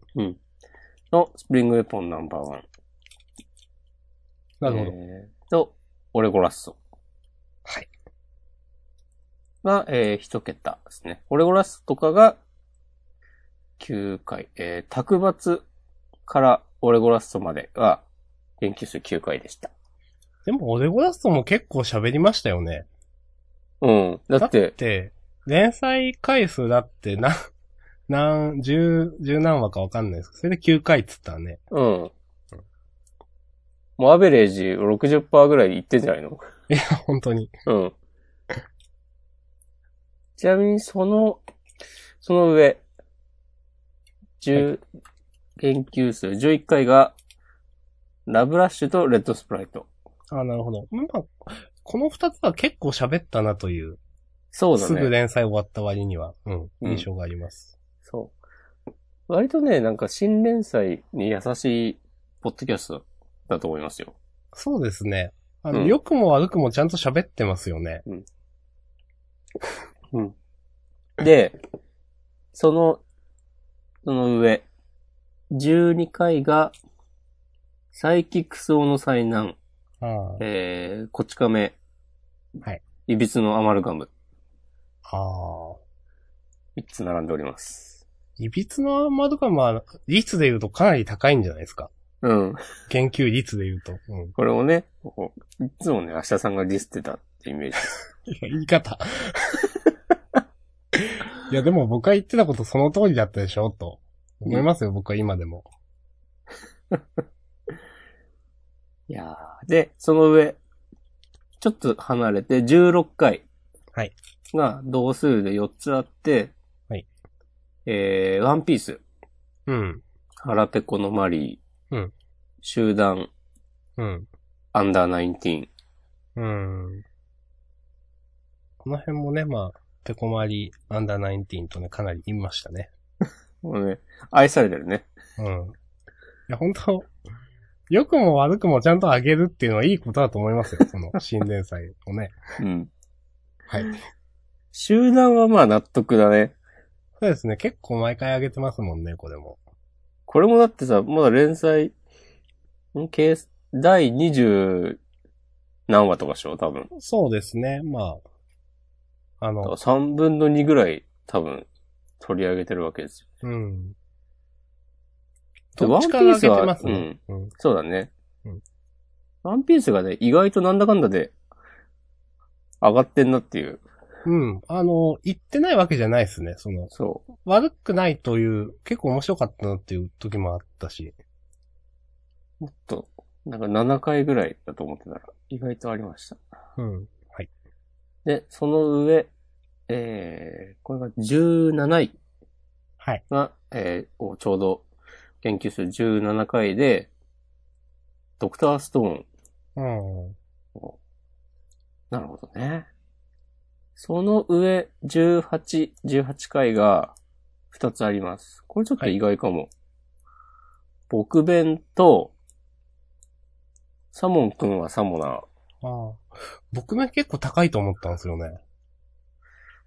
Speaker 1: のスプリングウェポンナンバーワン。
Speaker 2: なるほど。
Speaker 1: えーと、オレゴラッソ。
Speaker 2: はい。
Speaker 1: が、えー、一桁ですね。オレゴラッソとかが、9回。えー、卓抜からオレゴラストまでが、研究数9回でした。
Speaker 2: でも、オレゴラストも結構喋りましたよね。
Speaker 1: うん。だって、
Speaker 2: で、連載回数だって、な、 何、十、十何話かわかんないですけど、それで9回っつったらね。
Speaker 1: うん。もうアベレージ60%ぐらいいってんじゃないの
Speaker 2: 本当に。
Speaker 1: うん。ちなみに、その、その上、10、研究数11回が、ラブラッシュとレッドスプライト。
Speaker 2: あ、なるほど。まあ、この二つは結構喋ったなという、
Speaker 1: そうだ
Speaker 2: すぐ
Speaker 1: ね。
Speaker 2: 連載終わった割には、うん、
Speaker 1: うん
Speaker 2: 印象があります。
Speaker 1: そう。割とね、なんか新連載に優しい、ポッドキャストだと思いますよ。
Speaker 2: そうですね。あの、
Speaker 1: うん
Speaker 2: 良くも悪くもちゃんと喋ってますよね。
Speaker 1: で、その、その上、12回が、サイキックス王の災難、
Speaker 2: あー
Speaker 1: えー、こち亀、
Speaker 2: はい。
Speaker 1: いびつのアマルガム、
Speaker 2: あー。
Speaker 1: 3つ並んでおります。
Speaker 2: いびつの窓がまあ、率で言うとかなり高いんじゃないですか。
Speaker 1: うん。
Speaker 2: 研究率で言うと。うん。
Speaker 1: これもね、こういつもね、明日さんがディスってたってイメージ。
Speaker 2: いや、言い方。 いや、でも僕が言ってたことその通りだったでしょ、と。思いますよ、僕は今でも。
Speaker 1: いやーで、その上、ちょっと離れて16回。
Speaker 2: はい
Speaker 1: が同数で4つあって、
Speaker 2: はい。
Speaker 1: えー、ワンピース。
Speaker 2: うん。
Speaker 1: 腹ペコのマリー。
Speaker 2: うん
Speaker 1: 集団、
Speaker 2: うん。
Speaker 1: アンダーナインティーン。
Speaker 2: うん。この辺もね、まあ、ペコマリアンダーナインティーンとね、かなり言いましたね。
Speaker 1: これね、愛されてるね。
Speaker 2: うん。いや、本当良くも悪くもちゃんと上げるっていうのはいいことだと思い ますよ、その新連載をね。
Speaker 1: うん。
Speaker 2: はい。
Speaker 1: 集団はまあ納得だね。
Speaker 2: そうですね。結構毎回上げてますもんね、これも。
Speaker 1: これもだってさ、まだ連載、んケース、第20何話とかでしょ多分。
Speaker 2: そうですね。まあ。あの、
Speaker 1: 3分の2ぐらい多分取り上げてるわけですよ。
Speaker 2: うん。
Speaker 1: で
Speaker 2: どっちから上げてます
Speaker 1: ワンピー
Speaker 2: ね。うん
Speaker 1: そうだね。
Speaker 2: うん
Speaker 1: ワンピースがね、意外となんだかんだで上がってんなっていう。
Speaker 2: うん。あの、言ってないわけじゃないですね。その、
Speaker 1: そう。
Speaker 2: 悪くないという、結構面白かったなっていう時もあったし。
Speaker 1: もっと、なんか7回ぐらいだと思ってたら意外とありました。
Speaker 2: うん。
Speaker 1: で、その上、えー、これが17位
Speaker 2: はい。
Speaker 1: が、えーをちょうど研究数17回で、ドクターストーン。
Speaker 2: うん。
Speaker 1: なるほどね。その上、18、18回が2つあります。これちょっと意外かも。僕弁と、サモン君はサモナー。
Speaker 2: ああ。僕も結構高いと思ったんですよね。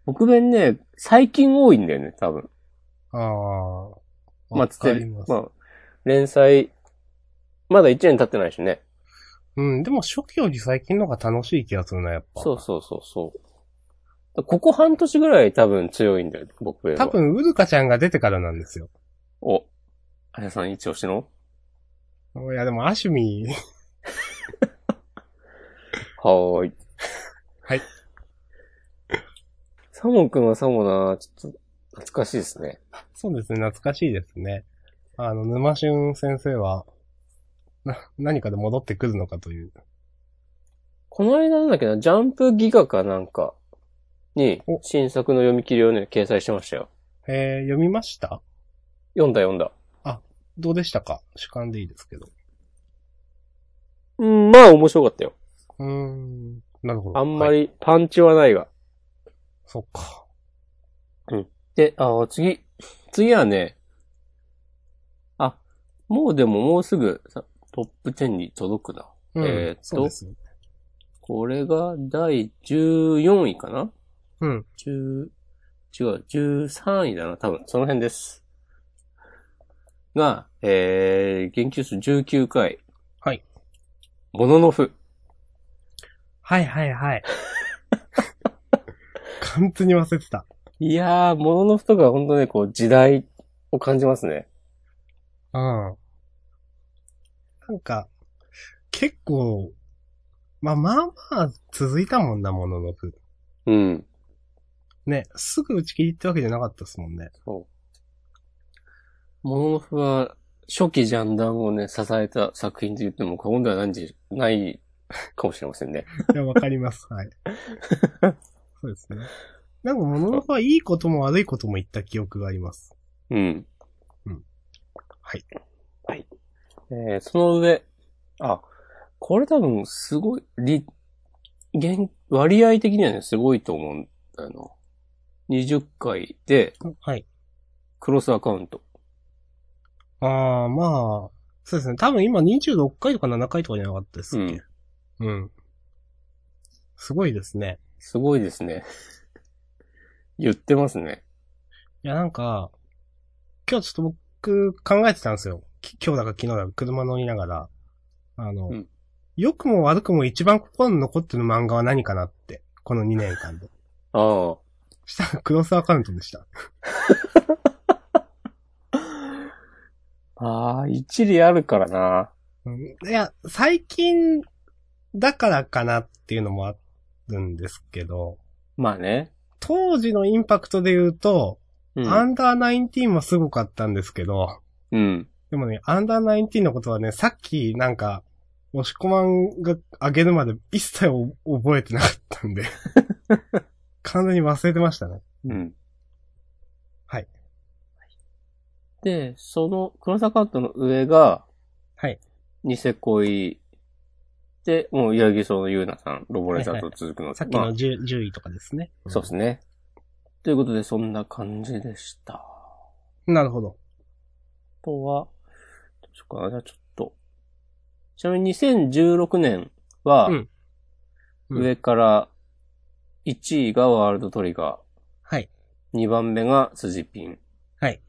Speaker 1: 僕弁ね、最近多いんだよね、多分。
Speaker 2: あ
Speaker 1: ま
Speaker 2: あ。
Speaker 1: あ、
Speaker 2: わ
Speaker 1: つって
Speaker 2: かります。
Speaker 1: まあ、連載、まだ1年経ってないしね。
Speaker 2: うん。でも初期より最近の方が楽しい気がするな、やっぱ。
Speaker 1: そうそうそうそう。ここ半年ぐらい多分強いんだよ、僕弁は。
Speaker 2: 多。分、ウルカちゃんが出てからなんですよ。
Speaker 1: お。あやさん一押しの
Speaker 2: いや、でも、アシュミ ー、
Speaker 1: はーい。
Speaker 2: はい。
Speaker 1: サモン君はサモナー、ちょっと、懐かしいですね。
Speaker 2: そうですね、懐かしいですね。あの、沼俊先生は、な、何かで戻ってくるのかという。
Speaker 1: この間なんだっけな、ジャンプギガかなんかに
Speaker 2: お、
Speaker 1: 新作の読み切りをね、掲載してましたよ。
Speaker 2: えー、読みました
Speaker 1: 読んだ読んだ。
Speaker 2: どうでしたか主観でいいですけど。
Speaker 1: うん、まあ面白かったよ。
Speaker 2: うーん、なるほど。
Speaker 1: あんま
Speaker 2: はい
Speaker 1: りパンチはないが。
Speaker 2: そっか。
Speaker 1: で、あー、次。次はね、あ、もうでももうすぐさトップ10に届くな。
Speaker 2: うん、
Speaker 1: えーっと
Speaker 2: そうですね。
Speaker 1: これが第14位かな
Speaker 2: うん。
Speaker 1: 10違う、13位だな、多分。その辺です。が、えー、言及数19回。
Speaker 2: はい。
Speaker 1: モノノフ。
Speaker 2: はいはいはい。 完全に忘れてた。
Speaker 1: いやー、モノノフとか本当ね、こう、時代を感じますね。
Speaker 2: うん。なんか、結構、まあまあまあ続いたもんだもののぶ。
Speaker 1: うん。
Speaker 2: ね、すぐ打ち切りってわけじゃなかったですもんね。
Speaker 1: モノノフは、初期ジャンダンをね、支えた作品と言っても過言ではないんじゃないかもしれませんね。
Speaker 2: いや、わか ります。はい。そうですね。なんか、もののふはいいことも悪いことも言った記憶があります。
Speaker 1: うん。
Speaker 2: うん。はい。
Speaker 1: はい。えー、その上、あ、これ多分すごい、り、現、割合的にはね、すごいと思うんだよな。20回で、
Speaker 2: はい。
Speaker 1: クロスアカウント。
Speaker 2: ああ、まあ、そうですね。多分今26回とか7回とかじゃなかったですっけ。うん。すごいですね。
Speaker 1: すごいですね。 言ってますね。
Speaker 2: いや、なんか、今日ちょっと僕考えてたんですよ。き今日だか昨日だか車乗りながら。あの、
Speaker 1: うん
Speaker 2: 良くも悪くも一番心に残ってる漫画は何かなって。この2年間で。
Speaker 1: あ
Speaker 2: したらクロスアカウントでした。
Speaker 1: あ。ああ、一理あるからな。
Speaker 2: うんいや、最近だからかなっていうのもあるんですけど、
Speaker 1: まあね。
Speaker 2: 当時のインパクトで言うと、
Speaker 1: う
Speaker 2: ア
Speaker 1: ん。
Speaker 2: ンダーナインティーンもすごかったんですけど、
Speaker 1: うん。
Speaker 2: でもね、アンダーナインティーンのことはね、さっきなんか、押し込まんが上げるまで一切お覚えてなかった んで、完全に忘れてましたね。
Speaker 1: うん。
Speaker 2: はい。
Speaker 1: で、その、クロスアカウントの上が、
Speaker 2: はい。
Speaker 1: ニセ恋で、もう、八木荘のゆうなさん、ロボレザーと続くの。
Speaker 2: さっきの
Speaker 1: ま
Speaker 2: 10, 10位とかですね。
Speaker 1: あそうですね。ということで、そんな感じでした。あ
Speaker 2: なるほど。
Speaker 1: とは、どうしようかな。じゃあちょっと。ちなみに2016年は、
Speaker 2: うんうん
Speaker 1: 上から、1位がワールドトリガー。
Speaker 2: はい。
Speaker 1: 2番目が辻ピン。
Speaker 2: はい。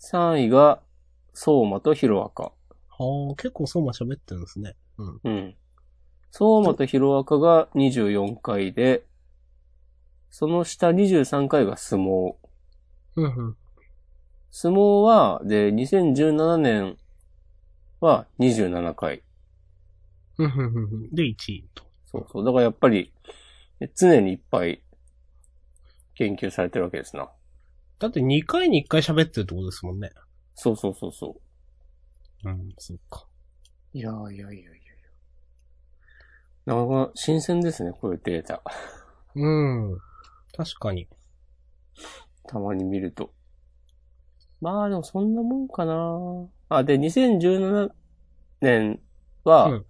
Speaker 1: 3位が相馬とヒロアカ。
Speaker 2: はあ、結構そうま喋ってるんですね。うん。
Speaker 1: うん。相馬とヒロアカが24回で、その下23回が相撲。
Speaker 2: うんうん。
Speaker 1: 相撲は、で、2017年は27回。
Speaker 2: うんうんうんうん。で、1位と。
Speaker 1: そうそう。だからやっぱり、え常にいっぱい研究されてるわけですな。
Speaker 2: だって2回に1回喋ってるってことですもんね。
Speaker 1: そうそうそうそう。
Speaker 2: うん、そっか。
Speaker 1: いやいやいやいやいや。なかなか新鮮ですね、こういうデータ。
Speaker 2: うん。確かに。
Speaker 1: たまに見ると。まあでもそんなもんかなあ、で、2017年
Speaker 2: う
Speaker 1: は
Speaker 2: ん、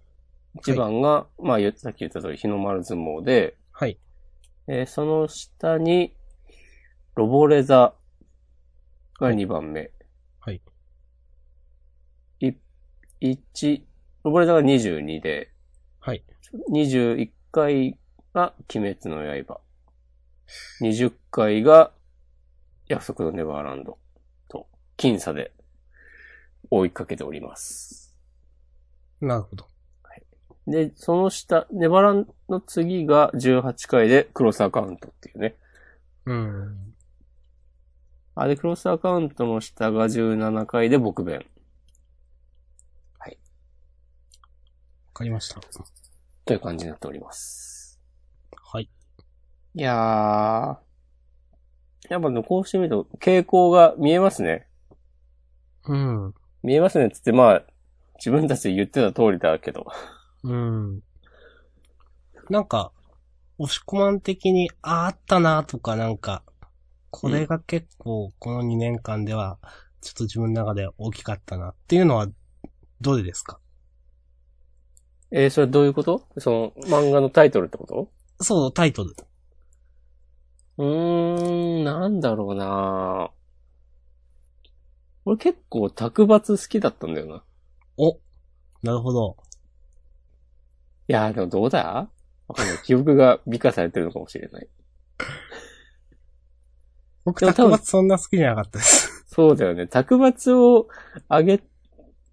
Speaker 1: 一番が、まあ言っさっき言った通り、日の丸相撲で、
Speaker 2: はい。
Speaker 1: えーその下に、ロボレザが2番目。
Speaker 2: はい。
Speaker 1: い、1、ロボレザが22で、
Speaker 2: はい。
Speaker 1: 21回が鬼滅の刃。20回が約束のネバーランドと、僅差で追いかけております。
Speaker 2: なるほど。
Speaker 1: で、その下、ネバーランドの次が18回でクロスアカウントっていうね。
Speaker 2: うん。
Speaker 1: あ、で、クロスアカウントの下が17回で僕弁。
Speaker 2: わかりました。
Speaker 1: という感じになっております。
Speaker 2: はい。
Speaker 1: いやー。やっぱね、こうしてみると傾向が見えますね。
Speaker 2: うん。
Speaker 1: 見えますねっつって、まあ、自分たちで言ってた通りだけど。
Speaker 2: うん。なんか、押し込まん的に、ああったなとか、なんか、これが結構、この2年間では、ちょっと自分の中で大きかったなっていうのは、どれですか
Speaker 1: えー、それはどういうことその、漫画のタイトルってこと
Speaker 2: そう、タイトル。
Speaker 1: うーん、なんだろうな俺結構、卓抜好きだったんだよな。い
Speaker 2: お。なるほど。
Speaker 1: やー、でもどうだわかんない。記憶が美化されてるのかもしれない。
Speaker 2: 僕、
Speaker 1: でも多
Speaker 2: た
Speaker 1: 分
Speaker 2: くまそんな好きじゃなかったです。
Speaker 1: そうだよね。卓抜を上げ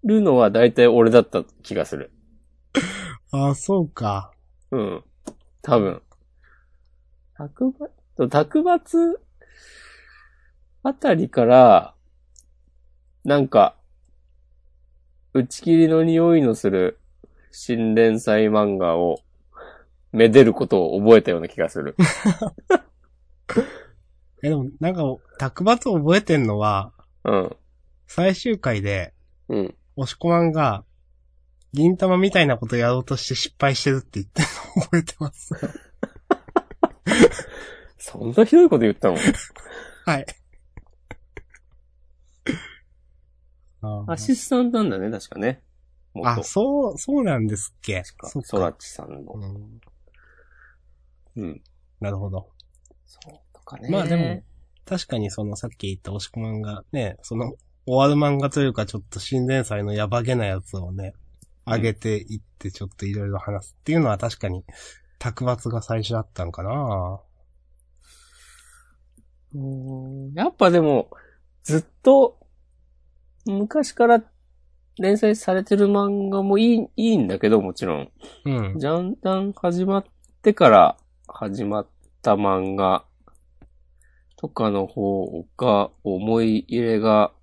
Speaker 1: るのは大体俺だった気がする。
Speaker 2: ああ、そうか。
Speaker 1: うん。多分。卓抜、卓抜あたりから、なんか、打ち切りの匂いのする新連載漫画をめでることを覚えたような気がする。
Speaker 2: え、でも、なんか、タクバツ覚えてんのは、
Speaker 1: うん。
Speaker 2: 最終回で、
Speaker 1: うん。
Speaker 2: 押し込まんが、銀玉みたいなことやろうとして失敗してるって言ってるの覚えてます。
Speaker 1: そんなひどいこと言ったの
Speaker 2: はい。あー
Speaker 1: アシスタントなんだね、確かね。元
Speaker 2: あ、そう、そうなんですっけ。そっ
Speaker 1: ソラ
Speaker 2: か。
Speaker 1: チさんの。
Speaker 2: うん
Speaker 1: うん。
Speaker 2: なるほど。
Speaker 1: そうとかね。
Speaker 2: まあでも、確かにそのさっき言った押し込まんがね、その終わる漫画というかちょっと新連載のやばげなやつをね、上げていってちょっといろいろ話すっていうのは確かに、卓抜が最初だったのかな
Speaker 1: うーんやっぱでも、ずっと、昔から連載されてる漫画もいい、いいんだけど、もちろん。
Speaker 2: うん。
Speaker 1: ジャンダン始まってから始まった漫画とかの方が思い入れが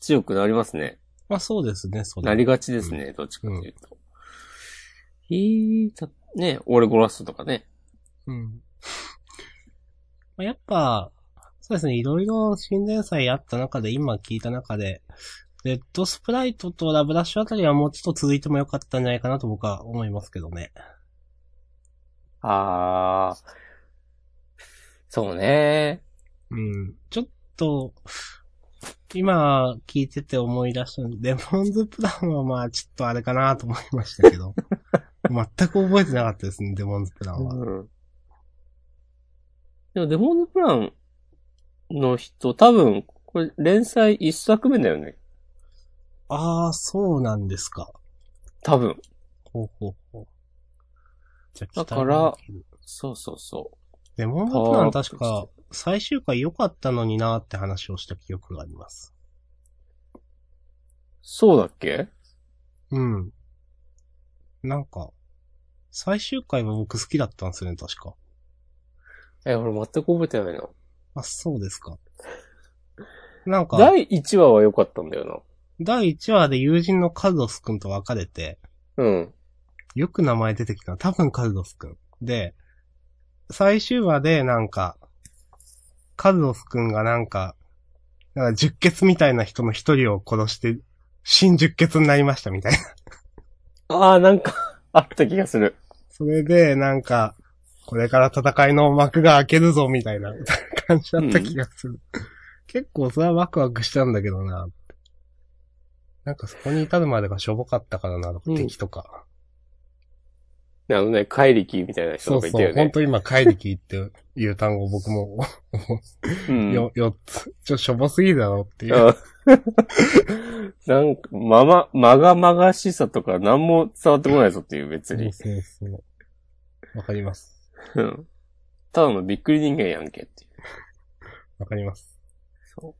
Speaker 1: 強くなりますね。
Speaker 2: まあそうですね、それ。
Speaker 1: なりがちですね、どっちかというと。ひーた、ね、俺ゴラストとかね。
Speaker 2: うん。まあやっぱ、そうですね、いろいろ新連載あった中で、今聞いた中で、レッドスプライトとラブラッシュあたりはもうちょっと続いてもよかったんじゃないかなと僕は思いますけどね。
Speaker 1: あー。そうね。
Speaker 2: うん。ちょっと、今聞いてて思い出したのレモンズプランはまあちょっとあれかなと思いまし たけど。全く覚えてなかったですね、デモンズプランは。
Speaker 1: うん。でも、デモンズプランの人、多分、これ、連載一作目だよね。
Speaker 2: ああ、そうなんですか。
Speaker 1: 多分。
Speaker 2: ほうほうほう。じゃあ
Speaker 1: だから
Speaker 2: 期待できる
Speaker 1: そうそうそ
Speaker 2: デモンズプラン
Speaker 1: パワーアップ
Speaker 2: 確か最終回良かったのになーって話をした記憶があります。
Speaker 1: う。そうだっけ
Speaker 2: うん。なんか、最終回は僕好きだったんですよね、確か。
Speaker 1: え、俺全く覚えてないな。
Speaker 2: あ、そうですか。なんか、
Speaker 1: 第1話は良かったんだよ
Speaker 2: 第1話で友人のカルロス君と別れて、
Speaker 1: な。うん。
Speaker 2: よく名前出てきたな多分カルロス君。で、最終話でなんか、カルロス君がなんか、なんか十血みたいな人の一人を殺して、新十血になりましたみたいな。
Speaker 1: ああ、なんか、 あった気がする。
Speaker 2: それで、なんか、これから戦いの幕が開けるぞみたいな 感じだった気がする。結構それはワクワクしたんだけどな。なんかそこに至るまでがしょぼかったからな、
Speaker 1: うん
Speaker 2: 敵とか。
Speaker 1: あのね、怪力みたいな人と
Speaker 2: そう
Speaker 1: かい
Speaker 2: そ
Speaker 1: たよ
Speaker 2: う。本
Speaker 1: ね。
Speaker 2: 当今、怪力っていう単語僕も、
Speaker 1: う
Speaker 2: よ、4つ、ちょ、しょぼすぎだろっていう。
Speaker 1: ん。 なんか、まま、まがまがしさとか何も伝わってこないぞっていう、別に。
Speaker 2: そうそう。わかります。
Speaker 1: うん。ただのびっくり人間やんけっていう。
Speaker 2: わかります。
Speaker 1: そう。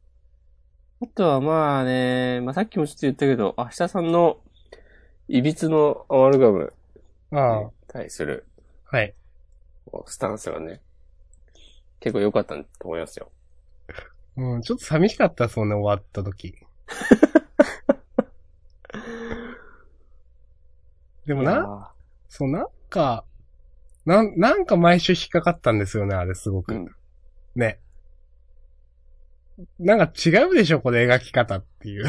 Speaker 1: あとはまあね、まあさっきもちょっと言ったけど、明日さんの、いびつのアマルガム
Speaker 2: あ
Speaker 1: に
Speaker 2: あ、
Speaker 1: 対する
Speaker 2: はい。
Speaker 1: こうスタンスがね、結構良かったと思いますよ。
Speaker 2: うん、ちょっと寂しかったですもんね、終わった時。 でもな、
Speaker 1: な
Speaker 2: そう、なんか、なん、なんか毎週引っかかったんですよね、あれすごく。
Speaker 1: うん
Speaker 2: ね。なんか違うでしょ、これ描き方っ ていう。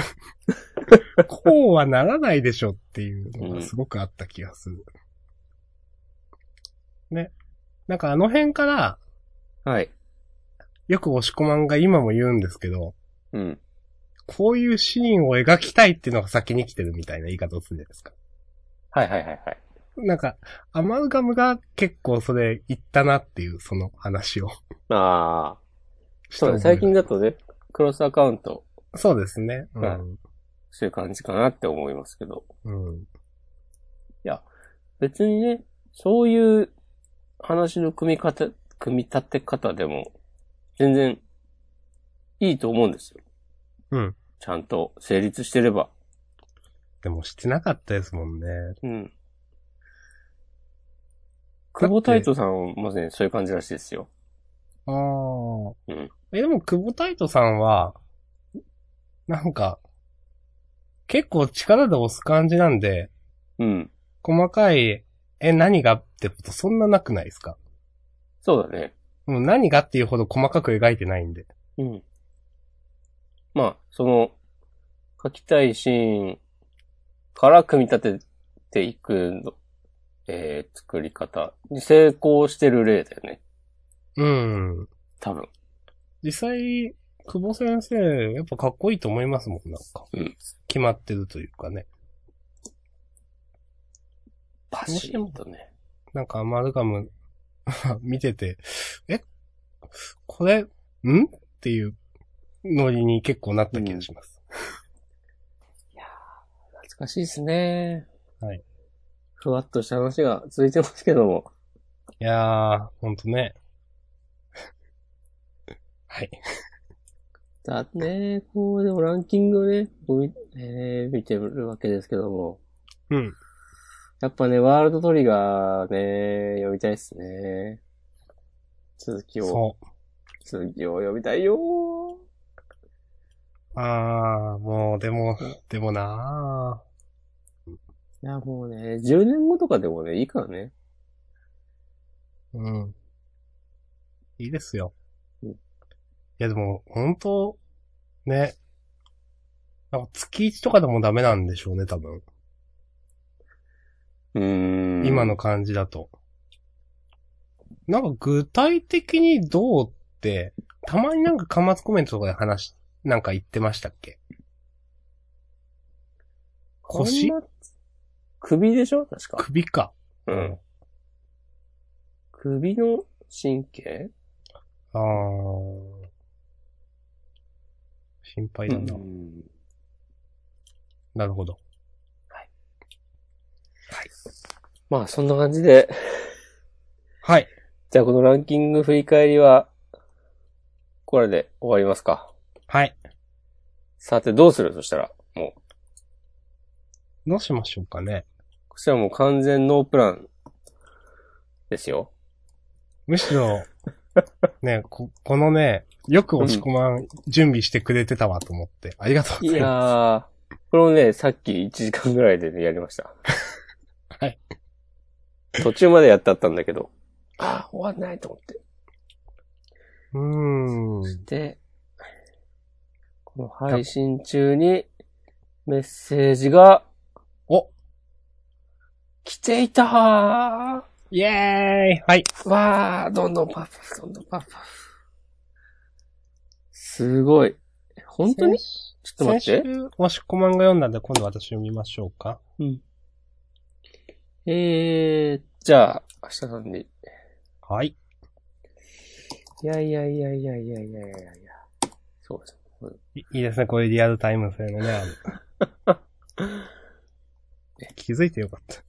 Speaker 2: こうはならないでしょっていうのがすごくあった気がする。ね。なんかあの辺から、
Speaker 1: はい。
Speaker 2: よく押し込まんが今も言うんですけど、
Speaker 1: うん。
Speaker 2: こういうシーンを描きたいっていうのが先に来てるみたいな言い方をするじゃないですか。
Speaker 1: はいはいはいはい。
Speaker 2: なんか、アマルガムが結構それ言ったなっていう、その話を。
Speaker 1: ああ。そうね、最近だとね、クロスアカウント
Speaker 2: そうですね。う
Speaker 1: はい
Speaker 2: ん。
Speaker 1: してる感じかなって思いますけど。
Speaker 2: うん。
Speaker 1: 別にね、そういう話の組み方、組み立て方でも、全然いいと思うんですよ。
Speaker 2: うん。
Speaker 1: ちゃんと成立してれば。
Speaker 2: でもしてなかったですもんね。
Speaker 1: うん。久保太斗さんはまさにそういう感じらしいですよ。
Speaker 2: ああ。
Speaker 1: うん
Speaker 2: え、でも、久保太斗さんは、なんか、結構力で押す感じなんで、
Speaker 1: うん。
Speaker 2: 細かい、え、何がってことそんななくないですか
Speaker 1: そうだね。
Speaker 2: もう何がっていうほど細かく描いてないんで。
Speaker 1: うん。まあ、その、書きたいシーンから組み立てていくの、えー作り方に成功してる例だよね。
Speaker 2: うん。
Speaker 1: 多分。
Speaker 2: 実際、久保先生、やっぱかっこいいと思いますもん、なんか。
Speaker 1: うん
Speaker 2: 決まってるというかね。
Speaker 1: パシッとね。
Speaker 2: なんかアマルガム 見てて、えこれ、んっていうノリに結構なった気がします。
Speaker 1: 懐かしいですね。
Speaker 2: はい。
Speaker 1: ふわっとした話が続いてますけども。
Speaker 2: いやー、ほんとね。はい。
Speaker 1: だってね、こう、でもランキングをね、こうえー見てるわけですけども。
Speaker 2: うん。
Speaker 1: やっぱね、ワールドトリガーね、読みたいっすね。続きを、
Speaker 2: そ
Speaker 1: 続きを読みたいよ
Speaker 2: う。あー、もう、でも、でもなー。
Speaker 1: いや、もうね、10年後とかでもね、いいからね。
Speaker 2: うん。いいですよ。
Speaker 1: うん
Speaker 2: いや、でも、ほんと、ね。なんか月1とかでもダメなんでしょうね、多分。
Speaker 1: うーん
Speaker 2: 今の。感じだと。なんか具体的にどうって、たまになんか端末コメントとかで話し、なんか言ってましたっけ腰
Speaker 1: こんな首でしょ確か。
Speaker 2: 首か。
Speaker 1: うん。首の神経
Speaker 2: あー。心配だな。
Speaker 1: うん
Speaker 2: なるほど。
Speaker 1: まあ、そんな感じで。
Speaker 2: はい。
Speaker 1: じゃあ、このランキング振り返りは、これで終わりますか。
Speaker 2: はい。
Speaker 1: さて、どうするそしたら、もう。
Speaker 2: どうしましょうかね。
Speaker 1: そしたらもう完全ノープランですよ。
Speaker 2: むしろ、ね、こ、このね、よく押し込まん準備してくれてたわと思って、ありがとう
Speaker 1: い
Speaker 2: ございます。
Speaker 1: やー、これをね、さっき1時間ぐらいでね、やりました。
Speaker 2: はい。
Speaker 1: 途中までやったったんだけど、あー、終わんないと思って。
Speaker 2: うーん。
Speaker 1: で、この配信中にメッセージが
Speaker 2: お
Speaker 1: 来ていたー
Speaker 2: イエーイはい。
Speaker 1: わあ、どんどんパフパフ、どんどんパフパフ。すごい。本当にちょっと待っ
Speaker 2: 先
Speaker 1: て。
Speaker 2: 週、もしコマンが読んだんで、今度私読みましょうか。
Speaker 1: えー、じゃあ、明日さんで。い
Speaker 2: はい。
Speaker 1: やいやいやいやいやいやいやいや。そうです。
Speaker 2: いいいですね、こういうリアルタイム性のね、あ の気づいてよかった。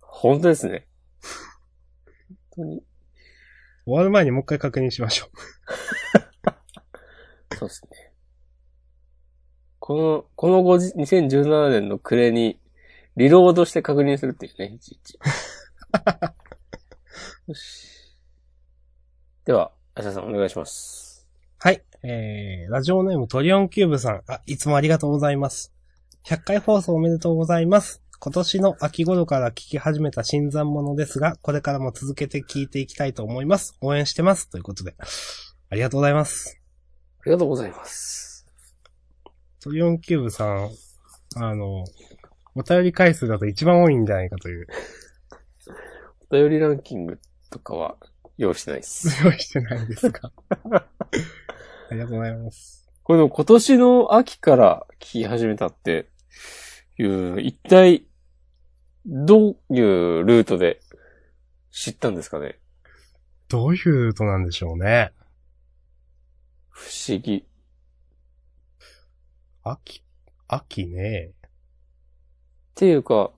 Speaker 1: 本当ですね。本当に。
Speaker 2: 終わる前にもう一回確認しましょ
Speaker 1: そうですね。この、このごじ2017年の暮れに、リロードして確認するっていうね、いちい ち。よし。では、あささんお願いします。
Speaker 2: う。はい。えー、ラジオネームトリオンキューブさん。あ、いつもありがとうございます。100回放送おめでとうございます。今年の秋頃から聞き始めた新参者ですが、これからも続けて聞いていきたいと思います。応援してます。ということで。ありがとうございます。
Speaker 1: ありがとうございます。
Speaker 2: トリオンキューブさん、あの、お便り回数だと一番多いんじゃないかという。
Speaker 1: お便りランキングとかは用意してないです。
Speaker 2: 用意してないですかありがとうございます。
Speaker 1: これでも今年の秋から聞き始めたっていう、一体、どういうルートで知ったんですかね
Speaker 2: どういうルートなんでしょうね。
Speaker 1: 不思議。
Speaker 2: 秋、秋
Speaker 1: っ
Speaker 2: ね。
Speaker 1: ていうか、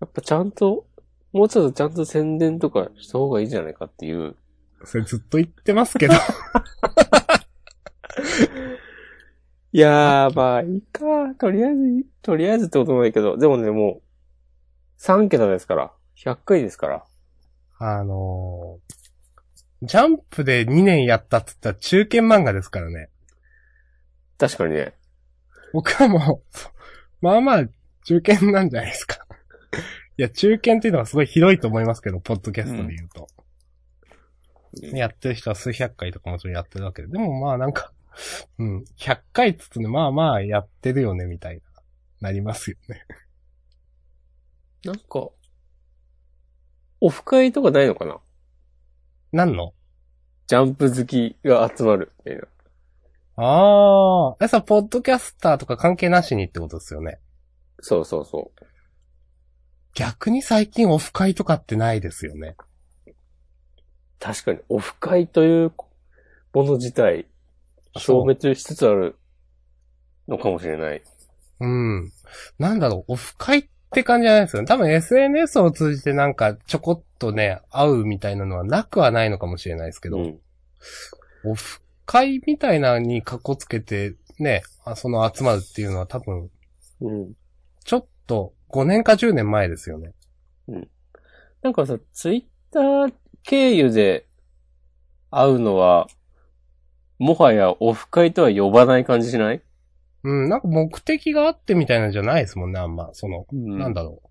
Speaker 1: やっぱちゃんと、もうちょっとちゃんと宣伝とかした方がいいんじゃないかっていう。
Speaker 2: それずっと言ってますけど。
Speaker 1: いやー、まあ、いいか。とりあえず、とりあえずってことないけど、でもね、もう、3桁ですから、100回ですから。
Speaker 2: あのージャンプで2年やったって言ったら中堅漫画ですからね。
Speaker 1: 確かにね。
Speaker 2: 僕はもう、そうまあまあ、中堅なんじゃないですか。いや、中堅っていうのはすごい広いと思いますけど、ポッドキャストで言うと。
Speaker 3: うん
Speaker 2: やってる人は数百回とかもちろんやってるわけで。でもまあなんか、うん、100回つつね、まあまあやってるよね、みたいな、なりますよね。
Speaker 1: なんか、オフ会とかないのかな
Speaker 2: 何の
Speaker 1: ジャンプ好きが集まるみたいな。
Speaker 2: ああ、え、さ、ポッドキャスターとか関係なしにってことですよね。
Speaker 1: そうそうそ
Speaker 2: 逆に最近オフ会とかってないですよね。
Speaker 1: う。確かに、オフ会というもの自体、消滅しつつあるのかもしれない。
Speaker 2: うん。なんだろう、オフ会って感じじゃないですよね。多分 SNS を通じてなんかちょこっとね、会うみたいなのはなくはないのかもしれないですけど、
Speaker 1: うん。
Speaker 2: オフ会みたいなのにかこつけてね、あその集まるっていうのは多分、
Speaker 1: うん。
Speaker 2: ちょっと5年か10年前ですよね。
Speaker 1: なんかさ、ツイッター経由で会うのは、もはやオフ会とは呼ばない感じしない
Speaker 2: うん、なんか目的があってみたいなんじゃないですもんね、あんま。その、
Speaker 1: な
Speaker 2: なんだろう。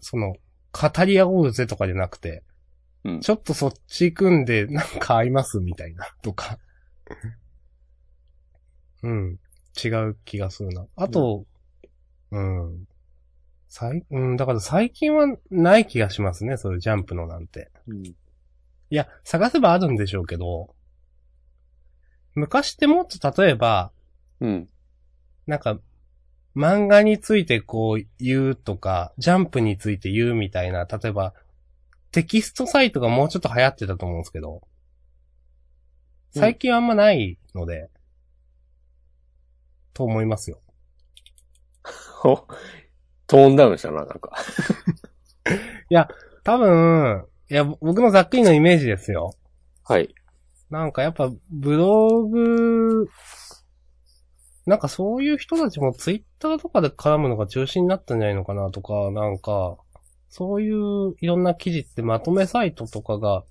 Speaker 2: その、語り合おうぜとかじゃなくて、
Speaker 1: うん
Speaker 2: ちょっとそっち行くんで、なんか会いますみたいな、とか。うん。違う気がするな。あと、うん。最、うん、だから最近はない気がしますね、そういうジャンプのなんて。いや、探せばあるんでしょうけど、昔ってもっと例えば、
Speaker 1: うん。
Speaker 2: なんか、漫画についてこう言うとか、ジャンプについて言うみたいな、例えば、テキストサイトがもうちょっと流行ってたと思うんですけど、
Speaker 1: うん
Speaker 2: 最近あんまないので、と思いますよ。
Speaker 1: おトーンダウンしたな、なんか。
Speaker 2: 多分、いや、僕のざっくりのイメージですよ。
Speaker 1: はい。
Speaker 2: なんかやっぱ、ブログ、なんかそういう人たちもツイッターとかで絡むのが中心になったんじゃないのかなとか、なんか、そういういろんな記事ってまとめサイトとかが、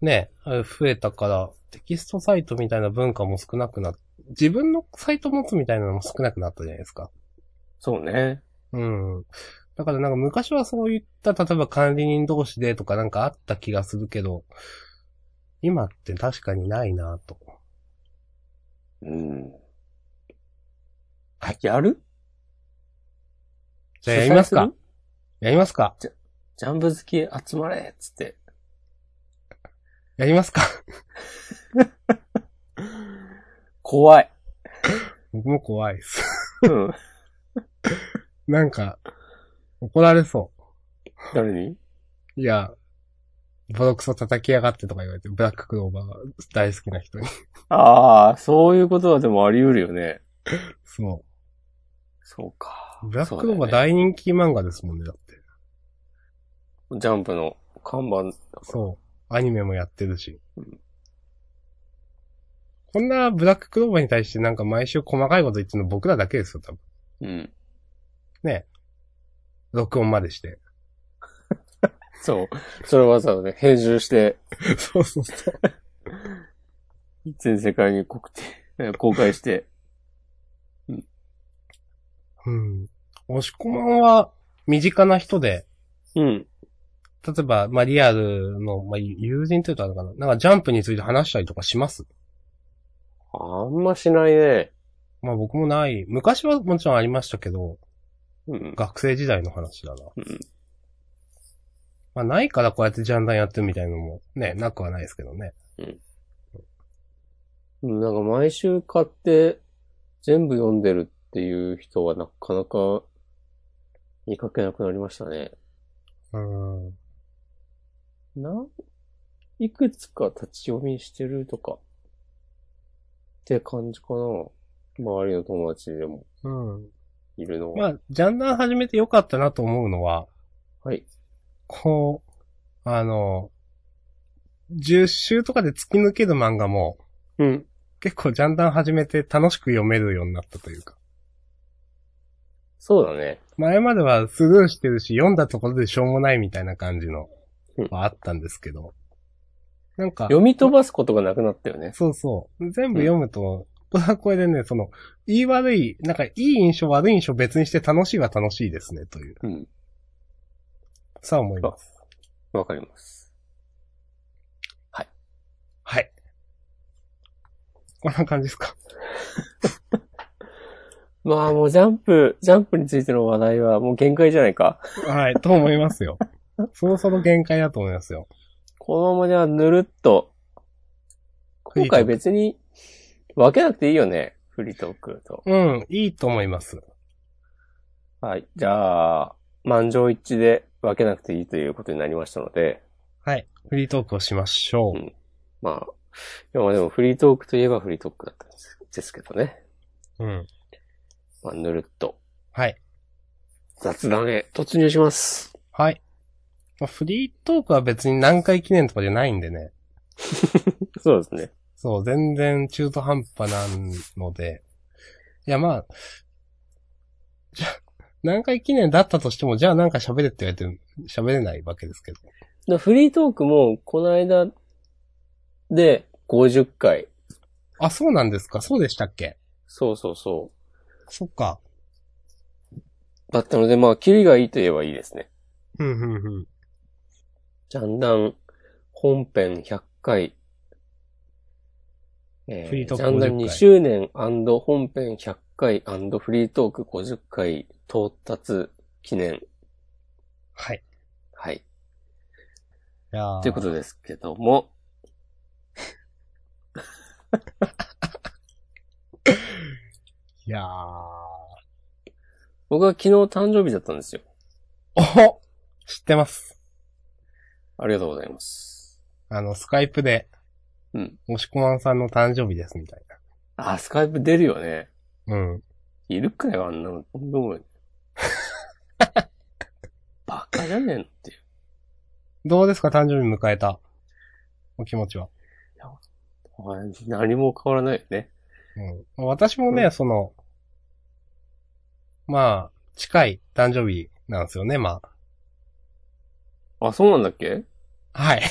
Speaker 2: ね、増えたから、テキストサイトみたいな文化も少なくなっ、自分のサイト持つみたいなのも少なくなったじゃないですか。
Speaker 1: そうね。
Speaker 2: うん。だからなんか昔はそういった、例えば管理人同士でとかなんかあった気がするけど、今って確かにないなと。
Speaker 1: うん。やる
Speaker 2: じゃあやります
Speaker 1: 主催
Speaker 2: か
Speaker 1: る
Speaker 2: やりますか
Speaker 1: ジャンプ好き集まれっつって。
Speaker 2: やりますか
Speaker 1: 怖い。
Speaker 2: 僕も怖いです。
Speaker 1: うん。
Speaker 2: なんか、怒られそ
Speaker 1: 誰に
Speaker 2: う。いや、ボロクソ叩きやがってとか言われて、ブラッククローバー大好きな人に。
Speaker 1: ああ、そういうことはでもあり得るよね。
Speaker 2: そ
Speaker 1: そうか。
Speaker 2: う。ブラッククロー
Speaker 1: そ
Speaker 2: バ
Speaker 1: う
Speaker 2: ー
Speaker 1: だよ
Speaker 2: 大人気漫画ですもんね、だって。
Speaker 1: ねジャンプの看板
Speaker 2: そう。アニメもやってるし
Speaker 1: うん。
Speaker 2: こんなブラッククローバーに対してなんか毎週細かいこと言ってるの僕らだけですよ、多分。
Speaker 1: うん。
Speaker 2: 録音までして。
Speaker 1: そう。それをわざわざ編集して、
Speaker 2: そうそうそう。
Speaker 1: 全世界に告知え公開して。
Speaker 2: うん。押し込まんは身近な人で、
Speaker 1: うん。
Speaker 2: 例えば、まあ、リアルの、まあ、友人というとあるかな。なんか、ジャンプについて話したりとかします
Speaker 1: あんましないね。
Speaker 2: まあ、僕もない。昔はもちろんありましたけど、
Speaker 1: うん。
Speaker 2: 学生時代の話だな。
Speaker 1: うん
Speaker 2: まあ、ないからこうやってジャンダンやってるみたいのも、ね、なくはないですけどね。
Speaker 1: うんなんか毎週買って全部読んでるっていう人はなかなか見かけなくなりましたね。
Speaker 2: うん。
Speaker 1: なん、いくつか立ち読みしてるとかって感じかな。周りの友達でも
Speaker 2: うん。
Speaker 1: いるの
Speaker 2: ま
Speaker 1: は。
Speaker 2: あ、ジャンダン始めてよかったなと思うのは、
Speaker 1: はい。
Speaker 2: こう、あの、10週とかで突き抜ける漫画も、
Speaker 1: うん。
Speaker 2: 結構ジャンダン始めて楽しく読めるようになったというか。
Speaker 1: そうだね。
Speaker 2: 前まではスルーしてるし、読んだところでしょうもないみたいな感じの
Speaker 1: うん、
Speaker 2: はあったんですけど。なんか、
Speaker 1: 読み飛ばすことがなくなったよね。
Speaker 2: そうそう。全部読むと、僕はこれでね、その、言い悪い、なんかいい印象悪い印象別にして楽しいは楽しいですね、という。
Speaker 1: うん。
Speaker 2: さあ思います。
Speaker 1: わかります。
Speaker 2: はい。こんな感じですか
Speaker 1: まあもうジャンプ、ジャンプについての話題はもう限界じゃないか。
Speaker 2: はい、と思います よ。そろそろ限界だと思いますよ。
Speaker 1: このままではぬるっと。今回別に分けなくていいよね。フリートークと。
Speaker 2: うん、いいと思います。
Speaker 1: はい。じゃあ、満場一致で分けなくていいということになりましたので、
Speaker 2: はい。フリートークをしましょう。
Speaker 1: まあ、今までもフリートークといえばフリートークだったんですですけどね。
Speaker 2: うん。
Speaker 1: まあ、ぬるっと
Speaker 2: はい。
Speaker 1: 雑談へ突入します。
Speaker 2: はい。まあフリートークは別に何回記念とかじゃないんでね。
Speaker 1: そうですね。
Speaker 2: そう、全然中途半端なので。いや、まあ、じゃあ、何回記念だったとしても、じゃあなんか喋れって言われても、喋れないわけですけど。
Speaker 1: だフリートークも、この間で50回。
Speaker 2: あ、そうなんですかそうでしたっけ
Speaker 1: そうそうそ
Speaker 2: そっか。
Speaker 1: う。だったので、まあ、キリがいいと言えばいいですね。
Speaker 2: うん、うん、うん。
Speaker 1: ジャンダン本編100回。え
Speaker 2: フリートーク
Speaker 1: ジャンダン
Speaker 2: 50
Speaker 1: 2
Speaker 2: 回
Speaker 1: 周年本編100回フリートーク50回到達記念。
Speaker 2: はい。
Speaker 1: はい。
Speaker 2: いやー
Speaker 1: ということですけども。
Speaker 2: いやー。
Speaker 1: 僕は昨日誕生日だったんですよ。
Speaker 2: お知ってます。
Speaker 1: ありがとうございます。
Speaker 2: あの、スカイプで、
Speaker 1: うん。
Speaker 2: もしこまんさんの誕生日です、みたい
Speaker 1: あ、スカイプ出るよね。
Speaker 2: な。うん。
Speaker 1: いるかよ、あんなの。とんでもない。 バカじゃねえのっていう。
Speaker 2: どうですか誕生日迎えた。お気持ちは。
Speaker 1: お前何も変わらないよね。
Speaker 2: うん。私もね、
Speaker 1: う
Speaker 2: その、まあ、近い誕生日なんですよね、ま
Speaker 1: あ、そうなんだっけ
Speaker 2: あ。はい。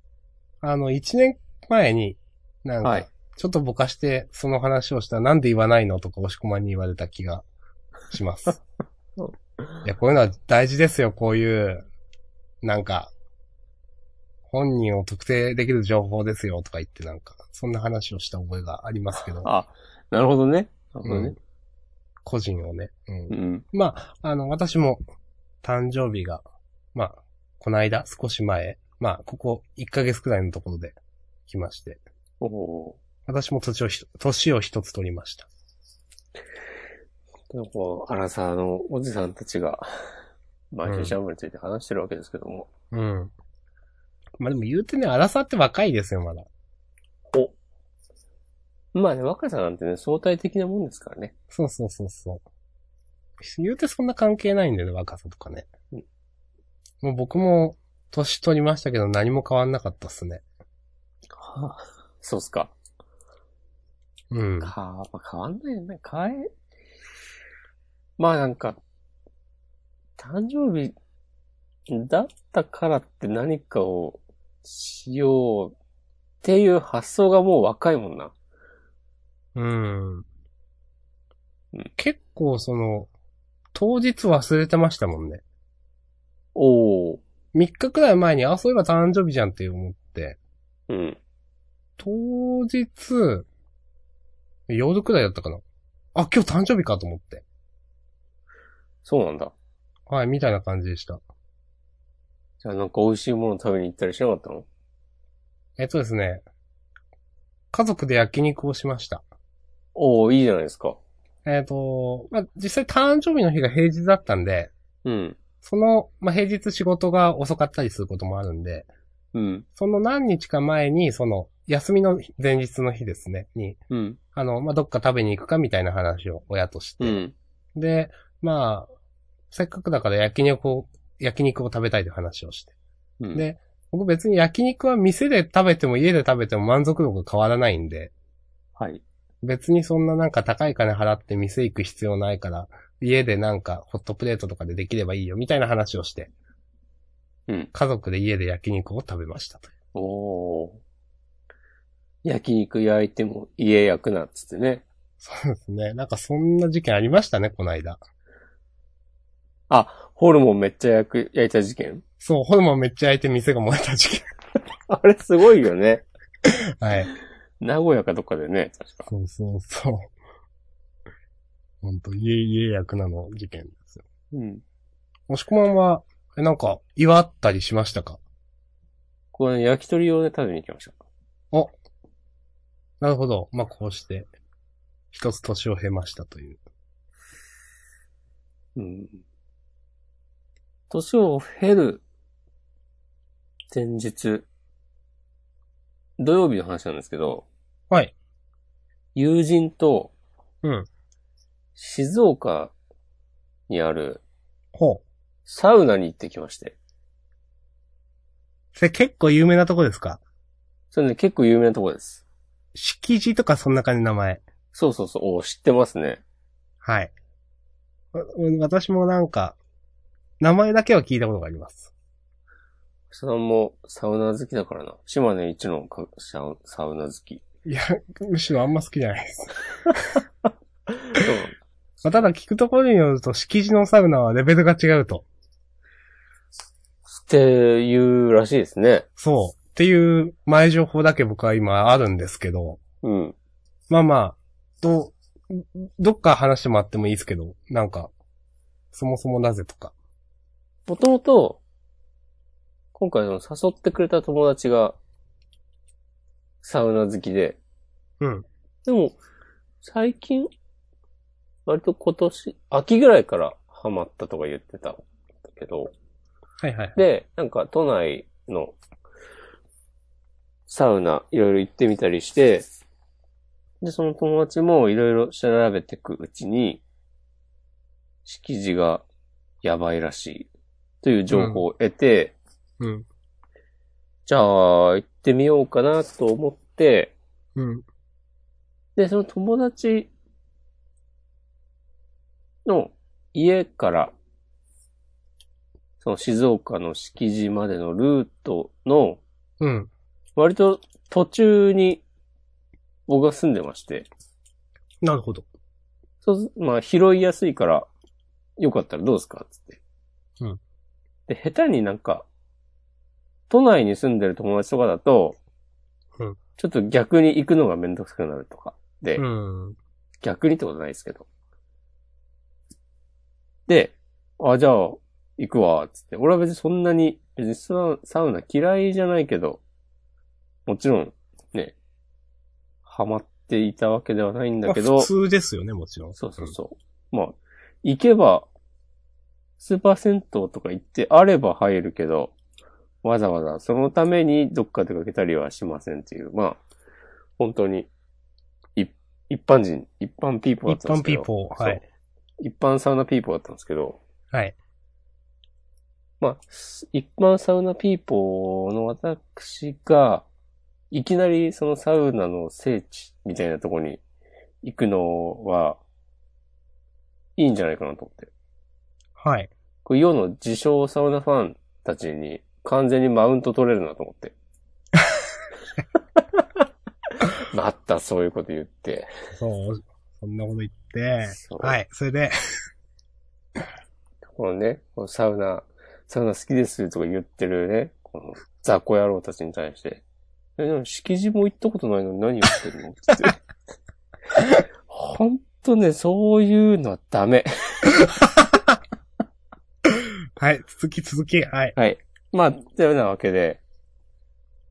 Speaker 2: あの、一年前に、なん
Speaker 1: は
Speaker 2: か
Speaker 1: い、
Speaker 2: ちょっとぼかして、その話をしたら、なんで言わないのとか、押し込まんに言われた気がします。
Speaker 1: うん
Speaker 2: いや、こういうのは大事ですよ、こういう、なんか、本人を特定できる情報ですよ、とか言って、なんか、そんな話をした覚えがありますけど、
Speaker 1: あ、なるほどね。なるほどね。
Speaker 2: 個人をね。うん
Speaker 1: う。ん。
Speaker 2: まあ、あの、私も、誕生日が、まあ、この間、少し前、まあ、ここ1ヶ月くらいのところで来まして、
Speaker 1: おお
Speaker 2: 私も年をひと、年を一つ取りました。
Speaker 1: ー。なんかこう、アラサーのおじさんたちが、 毎
Speaker 2: う
Speaker 1: 週
Speaker 2: ん
Speaker 1: ジャンプについて話してるわけですけども。
Speaker 2: うん。まあでも言うてね、荒さって若いですよ、まだ。
Speaker 1: まあね、若さなんてね、相対的なもんですからね。
Speaker 2: そうそうそうそう。言うてそんな関係ないんだよね、若さとかね
Speaker 1: うん。
Speaker 2: もう僕も、年取りましたけど何も変わんなかったっすね。
Speaker 1: はあ、そうっすか。
Speaker 2: うん。
Speaker 1: か、まあ、変わんないよね。変え、まあなんか、誕生日だったからって何かをしようっていう発想がもう若いもんな。
Speaker 2: うん。結構その、当日忘れてましたもんね。
Speaker 1: おお。
Speaker 2: 3日くらい前に、あ、そういえば誕生日じゃんって思って、
Speaker 1: うん。
Speaker 2: 当日、夜くらいだったかな。あ、今日誕生日かと思って。
Speaker 1: そうなんだ。
Speaker 2: はい、みたいな感じでした。
Speaker 1: じゃあなんか美味しいもの食べに行ったりしなかったの
Speaker 2: えっとですね、家族で焼肉をしました。
Speaker 1: おおいいじゃないですか。
Speaker 2: えっ、と、まあ、実際誕生日の日が平日だったんで、
Speaker 1: うん。
Speaker 2: その、まあ、平日仕事が遅かったりすることもあるんで、
Speaker 1: うん。
Speaker 2: その何日か前に、その、休みの前日の日ですね、に、
Speaker 1: うん。
Speaker 2: あの、まあ、どっか食べに行くかみたいな話を親として。
Speaker 1: うん。
Speaker 2: で、まあ、せっかくだから焼肉を、焼肉を食べたいという話をして。
Speaker 1: うん。
Speaker 2: で僕別に焼肉は店で食べても家で食べても満足度が変わらないんで、
Speaker 1: はい。
Speaker 2: 別にそんななんか高い金払って店行く必要ないから、家でなんかホットプレートとかでできればいいよみたいな話をして、
Speaker 1: うん
Speaker 2: 家族で家で焼肉を食べましたと。
Speaker 1: おお焼肉焼いても家焼くなっつってね。
Speaker 2: そうですね。 なんかそんな事件ありましたね、この間。
Speaker 1: あ、ホルモンめっちゃ焼く、焼いた事件。
Speaker 2: そう、ホルモンめっちゃ焼いて店が燃え た事件。
Speaker 1: あれすごいよね。
Speaker 2: はい。
Speaker 1: 名古屋かどっかでね、確か。
Speaker 2: そうそうそう。ほんと、家、家役なの事件ですよ。
Speaker 1: うん。
Speaker 2: もしこまんは、え、なんか、祝ったりしましたか
Speaker 1: これ、ね、焼き鳥をね、食べに行きました。
Speaker 2: なるほど。まあ、こうして、一つ年を経ましたという。
Speaker 1: うん。年を経る前日、土曜日の話なんですけど、
Speaker 2: はい。
Speaker 1: 友人と、
Speaker 2: うん。
Speaker 1: 静岡にある
Speaker 2: ほう。
Speaker 1: サウナに行ってきまして。
Speaker 2: それ結構有名なとこですか
Speaker 1: それね、結構有名なとこです。
Speaker 2: 敷地とかそんな感じの名前。
Speaker 1: そうそうそう、お知ってますね。
Speaker 2: はい。わ私もなんか、名前だけは聞いたことがあります。
Speaker 1: さんもサウナ好きだからな。島根一のかサウサウナ好 き。
Speaker 2: いや、むしろあんま好きじゃないです。
Speaker 1: そう
Speaker 2: まあ、ただ聞くところによると、敷地のサウナはレベルが違うと。
Speaker 1: っていうらしいですね。
Speaker 2: そう。っていう前情報だけ僕は今あるんですけど。
Speaker 1: うん。
Speaker 2: まあまあ、ど、どっか話してもらってもいいですけど、なんか、そもそもなぜとか。
Speaker 1: もともと、今回その誘ってくれた友達が、サウナ好きで。
Speaker 2: うん。
Speaker 1: でも、最近、割と今年、秋ぐらいからハマったとか言ってたんだけど、
Speaker 2: はいはい。
Speaker 1: で、なんか都内のサウナいろいろ行ってみたりして、で、その友達もいろいろ調べてくうちに、敷地がやばいらしいという情報を得て、
Speaker 2: うん。
Speaker 1: じゃあ行ってみようかなと思って、
Speaker 2: うん。
Speaker 1: で、その友達の家から、その静岡の敷地までのルートの、
Speaker 2: うん。
Speaker 1: 割と途中に僕が住んでまして、
Speaker 2: なるほど。
Speaker 1: そう、まあ拾いやすいから、よかったらどうですかつって。
Speaker 2: うん。
Speaker 1: で、下手になんか、都内に住んでる友達とかだと、
Speaker 2: うん
Speaker 1: ちょっと逆に行くのがめんどくさくなるとか。で、
Speaker 2: うん。
Speaker 1: 逆にってことないですけど。で、あ、じゃあ、行くわ、つって。俺は別にそんなに、別にサウサウナ嫌いじゃないけど、もちろん、ね、ハマっていたわけではないんだけ ど、
Speaker 2: まあ普通ですよね、もちろん。
Speaker 1: そうそうそう。まあ、行けば、スーパー銭湯とか行ってあれば入るけど、わざわざそのためにどっか出かけたりはしませんっていう、まあ、本当に、い一般人、一般ピーポーだっ
Speaker 2: 一
Speaker 1: たんです
Speaker 2: 般
Speaker 1: け
Speaker 2: ピ
Speaker 1: ど。
Speaker 2: ーポー。
Speaker 1: そう
Speaker 2: はい。。
Speaker 1: 一般サウナピーポーだったんですけど、
Speaker 2: はい。
Speaker 1: まあ、す一般サウナピーポーの私が、いきなりそのサウナの聖地みたいなとこに行くのは、いいんじゃないかなと思って。
Speaker 2: はい。
Speaker 1: これ世の自称サウナファンたちに完全にマウント取れるなと思って。 またそういうこと言って。
Speaker 2: そう。そんなこと言って。
Speaker 1: そう
Speaker 2: はい。それで、
Speaker 1: このね、このサウナ、サウナ好きですとか言ってるね、この雑魚野郎たちに対して、え、でも敷地も行ったことないのに何言ってるの って。ほんとね、そういうのはダメ。
Speaker 2: はい。続き続き。はい。
Speaker 1: はい。まあ、というようなわけで、